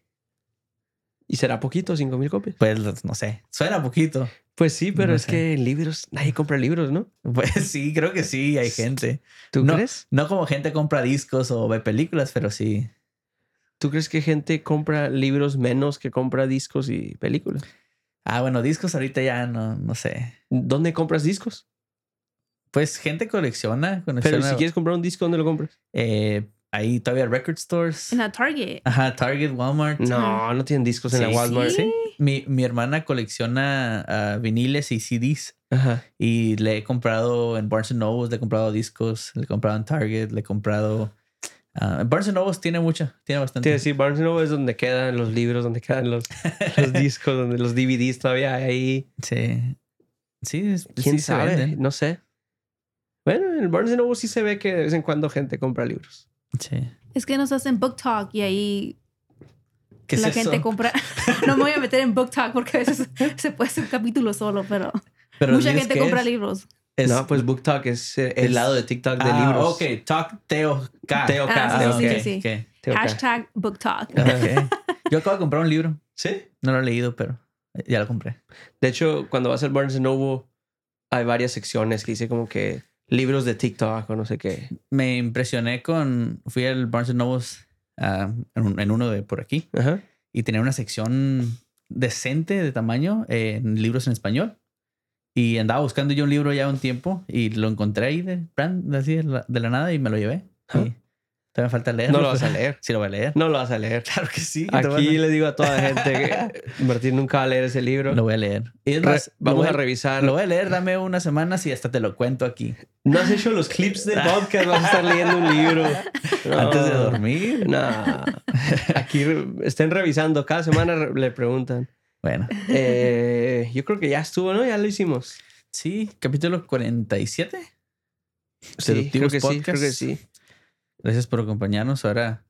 [SPEAKER 1] ¿Y será poquito, cinco mil copias?
[SPEAKER 2] Pues los- no sé, suena poquito. <laughs>
[SPEAKER 1] Pues sí, pero
[SPEAKER 2] No
[SPEAKER 1] es
[SPEAKER 2] sé.
[SPEAKER 1] que en libros, nadie compra libros, ¿no?
[SPEAKER 2] Pues sí, creo que sí, hay gente.
[SPEAKER 1] ¿Tú
[SPEAKER 2] No.
[SPEAKER 1] crees?
[SPEAKER 2] No como gente compra discos o ve películas, pero sí.
[SPEAKER 1] ¿Tú crees que gente compra libros menos que compra discos y películas?
[SPEAKER 2] Ah, bueno, discos ahorita ya no, no sé.
[SPEAKER 1] ¿Dónde compras discos?
[SPEAKER 2] Pues gente colecciona,
[SPEAKER 1] Pero
[SPEAKER 2] colecciona.
[SPEAKER 1] si quieres comprar un disco, ¿dónde lo compras?
[SPEAKER 2] eh, ahí todavía record stores.
[SPEAKER 3] En la Target.
[SPEAKER 2] Ajá, Target, Walmart.
[SPEAKER 1] Mm, No, no tienen discos en la
[SPEAKER 2] Sí,
[SPEAKER 1] Walmart.
[SPEAKER 3] sí.
[SPEAKER 2] Mi, mi hermana colecciona ah, viniles y CDs.
[SPEAKER 1] Ajá.
[SPEAKER 2] Y le he comprado en Barnes Noble, le he comprado discos, le he comprado en Target, le he comprado. ah, en Barnes Noble tiene mucha, tiene
[SPEAKER 1] Te
[SPEAKER 2] bastante.
[SPEAKER 1] iba a decir, Barnes Noble es donde quedan los libros, donde quedan <laughs> los, los discos, donde los DVDs todavía hay ahí.
[SPEAKER 2] Sí. Sí, es-
[SPEAKER 1] ¿Quién
[SPEAKER 2] sí se
[SPEAKER 1] sabe?
[SPEAKER 2] venden.
[SPEAKER 1] No sé. Bueno, en el Barnes Noble sí se ve que de vez en cuando gente compra libros.
[SPEAKER 2] Sí.
[SPEAKER 3] Es que nos hacen Book Talk y ahí
[SPEAKER 2] ¿Qué es
[SPEAKER 3] la
[SPEAKER 2] eso?
[SPEAKER 3] gente compra. <laughs> no me voy a meter en Book Talk porque a veces se puede hacer un capítulo solo, pero,
[SPEAKER 2] Pero
[SPEAKER 3] mucha
[SPEAKER 2] ¿dices
[SPEAKER 3] gente
[SPEAKER 2] qué
[SPEAKER 3] compra
[SPEAKER 2] es?
[SPEAKER 3] libros.
[SPEAKER 2] Es-
[SPEAKER 1] no, pues BookTok es eh, el
[SPEAKER 2] es-
[SPEAKER 1] lado de TikTok de
[SPEAKER 2] ah,
[SPEAKER 1] libros.
[SPEAKER 2] Ok, Talk Teo K.
[SPEAKER 1] Teo K,
[SPEAKER 3] Ah,
[SPEAKER 1] Teo
[SPEAKER 3] sí, sí,
[SPEAKER 1] K,
[SPEAKER 3] sí, sí.
[SPEAKER 2] ok.
[SPEAKER 1] Teo K.
[SPEAKER 3] Hashtag Book Talk.
[SPEAKER 1] Ajá.
[SPEAKER 2] <laughs> Ok. Yo acabo de comprar un libro.
[SPEAKER 1] Sí.
[SPEAKER 2] No lo he leído, pero eh, ya lo compré.
[SPEAKER 1] De hecho, cuando vas al Barnes Noble hay varias secciones que dice como que libros de TikTok o no sé qué.
[SPEAKER 2] Me impresioné con. Fui al Barnes Noble ah, en un- en uno de por aquí.
[SPEAKER 1] Ajá.
[SPEAKER 2] y tenía una sección decente de tamaño eh, en libros en español. Y andaba buscando yo un libro ya un tiempo y lo encontré ahí de, plan, así de, la, de la nada y me lo llevé.
[SPEAKER 1] Ajá.
[SPEAKER 2] Y todavía me falta leerlo.
[SPEAKER 1] No lo vas a
[SPEAKER 2] pero-
[SPEAKER 1] leer.
[SPEAKER 2] <laughs> Sí, lo voy
[SPEAKER 1] <laughs>
[SPEAKER 2] a leer.
[SPEAKER 1] No lo vas a
[SPEAKER 2] <laughs>
[SPEAKER 1] leer.
[SPEAKER 2] Claro que sí. que te voy a
[SPEAKER 1] Aquí
[SPEAKER 2] leer.
[SPEAKER 1] le digo a toda la gente
[SPEAKER 2] <laughs>
[SPEAKER 1] que Martín nunca va a leer ese libro.
[SPEAKER 2] lo voy a leer. Y es
[SPEAKER 1] Re-
[SPEAKER 2] más, lo
[SPEAKER 1] vamos
[SPEAKER 2] voy
[SPEAKER 1] a revisar.
[SPEAKER 2] Lo voy a leer, dame unas semanas y hasta te lo cuento aquí.
[SPEAKER 1] No has hecho los clips del podcast, vas a estar leyendo un libro. No.
[SPEAKER 2] <laughs> Antes de dormir.
[SPEAKER 1] No. Aquí re- estén revisando, cada semana re- le preguntan.
[SPEAKER 2] Bueno,
[SPEAKER 1] Eh, yo creo que ya estuvo, ¿no? Ya lo hicimos.
[SPEAKER 2] sí, capítulo 47.
[SPEAKER 1] Sí, creo
[SPEAKER 2] Seductivos
[SPEAKER 1] que sí,
[SPEAKER 2] Podcast.
[SPEAKER 1] creo que sí.
[SPEAKER 2] Gracias por acompañarnos. Ahora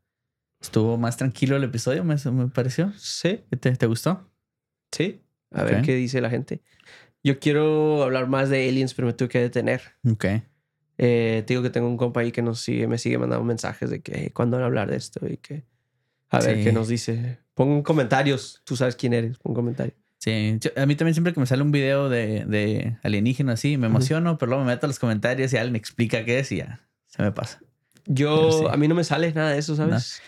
[SPEAKER 2] estuvo más tranquilo el episodio, me, me pareció.
[SPEAKER 1] Sí,
[SPEAKER 2] ¿Te, te gustó?
[SPEAKER 1] sí. A
[SPEAKER 2] Ok.
[SPEAKER 1] ver qué dice la gente. Yo quiero hablar más de aliens, pero me tuve que detener.
[SPEAKER 2] Ok.
[SPEAKER 1] Eh, te digo que tengo un compa ahí que nos sigue, me sigue mandando mensajes de que "Hey, cuándo van a hablar de esto y que a ver
[SPEAKER 2] Sí.
[SPEAKER 1] qué nos dice. Pongan comentarios, tú sabes quién eres, pon comentario.
[SPEAKER 2] Sí, yo- a mí también siempre que me sale un video de, de alienígena así, me
[SPEAKER 1] Ujú.
[SPEAKER 2] emociono, pero luego me meto a los comentarios y alguien me explica qué es y ya se me pasa.
[SPEAKER 1] Yo,
[SPEAKER 2] Sí.
[SPEAKER 1] a mí no me sale nada de eso, ¿sabes?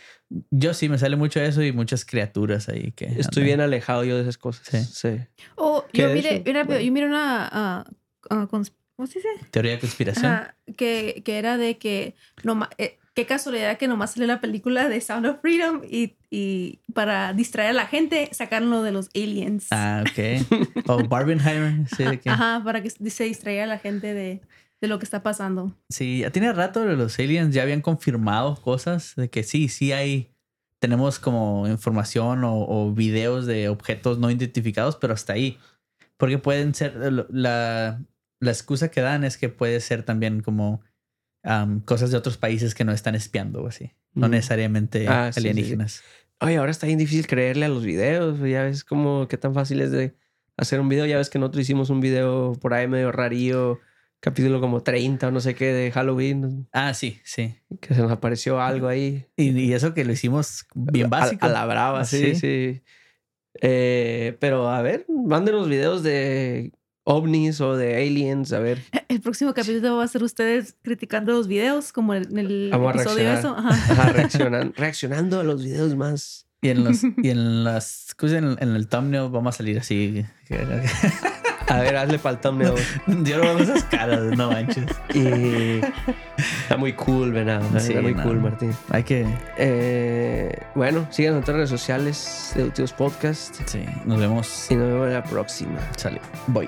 [SPEAKER 2] Yo sí, me sale mucho eso y muchas criaturas ahí que...
[SPEAKER 1] Estoy bien
[SPEAKER 2] andan.
[SPEAKER 1] alejado yo de esas cosas.
[SPEAKER 2] Sí.
[SPEAKER 1] Sí.
[SPEAKER 3] O
[SPEAKER 1] ¿Qué
[SPEAKER 3] yo
[SPEAKER 1] de
[SPEAKER 3] miré,
[SPEAKER 1] hecho?
[SPEAKER 3] mira,
[SPEAKER 1] Bueno.
[SPEAKER 3] yo miré una ah, ah, cons- ¿Cómo se dice?
[SPEAKER 2] Teoría de conspiración.
[SPEAKER 3] Ajá, que, que era de que no eh, qué casualidad que nomás salió la película de Sound of Freedom y, y para distraer a la gente sacaron lo de los aliens.
[SPEAKER 2] Ah, ok. O Barbenheimer. Sí, de que-
[SPEAKER 3] Ajá, para que se distraiga a la gente de, de lo que está pasando.
[SPEAKER 2] sí, ya tiene rato los aliens ya habían confirmado cosas de que sí, sí hay. Tenemos como información o, o videos de objetos no identificados, pero hasta ahí. Porque pueden ser. La, la excusa que dan es que puede ser también como am, cosas de otros países que no están espiando o así. No
[SPEAKER 1] Mm.
[SPEAKER 2] necesariamente
[SPEAKER 1] Ah, sí, sí, sí.
[SPEAKER 2] alienígenas.
[SPEAKER 1] Oye, ahora está bien difícil creerle a los videos. Ya ves como qué tan fácil es de hacer un video. Ya ves que nosotros hicimos un video por ahí medio rarío, capítulo como 30 o no sé qué de Halloween,
[SPEAKER 2] Ah, sí, sí.
[SPEAKER 1] que se nos apareció algo ahí.
[SPEAKER 2] Y, y eso que lo hicimos bien
[SPEAKER 1] A-
[SPEAKER 2] básico. Ah,
[SPEAKER 1] A, la brava, sí, sí.
[SPEAKER 2] Sí.
[SPEAKER 1] Eh, pero a ver, mándenos videos de ovnis o de aliens, a ver.
[SPEAKER 3] El próximo capítulo va a ser ustedes criticando los videos, como en el
[SPEAKER 1] Vamos a
[SPEAKER 3] episodio
[SPEAKER 1] reaccionar.
[SPEAKER 3] eso. Ajá.
[SPEAKER 1] Ajá,
[SPEAKER 2] <laughs>
[SPEAKER 1] reaccionan- reaccionando a los videos más.
[SPEAKER 2] Y en
[SPEAKER 1] <laughs>
[SPEAKER 2] los, y en las cosas en, en el thumbnail vamos a salir así. que- que-
[SPEAKER 1] A ver, hazle para el
[SPEAKER 2] <laughs>
[SPEAKER 1] thumbnail.
[SPEAKER 2] Yo no veo esas caras, no manches.
[SPEAKER 1] Y está muy cool, venado.
[SPEAKER 2] Sí,
[SPEAKER 1] está muy
[SPEAKER 2] no.
[SPEAKER 1] cool, Martín.
[SPEAKER 2] Hay que.
[SPEAKER 1] Eh, bueno, síganos en todas las redes sociales de Útilos Podcast
[SPEAKER 2] Sí, nos vemos.
[SPEAKER 1] y nos vemos en la próxima.
[SPEAKER 2] Sale. Voy.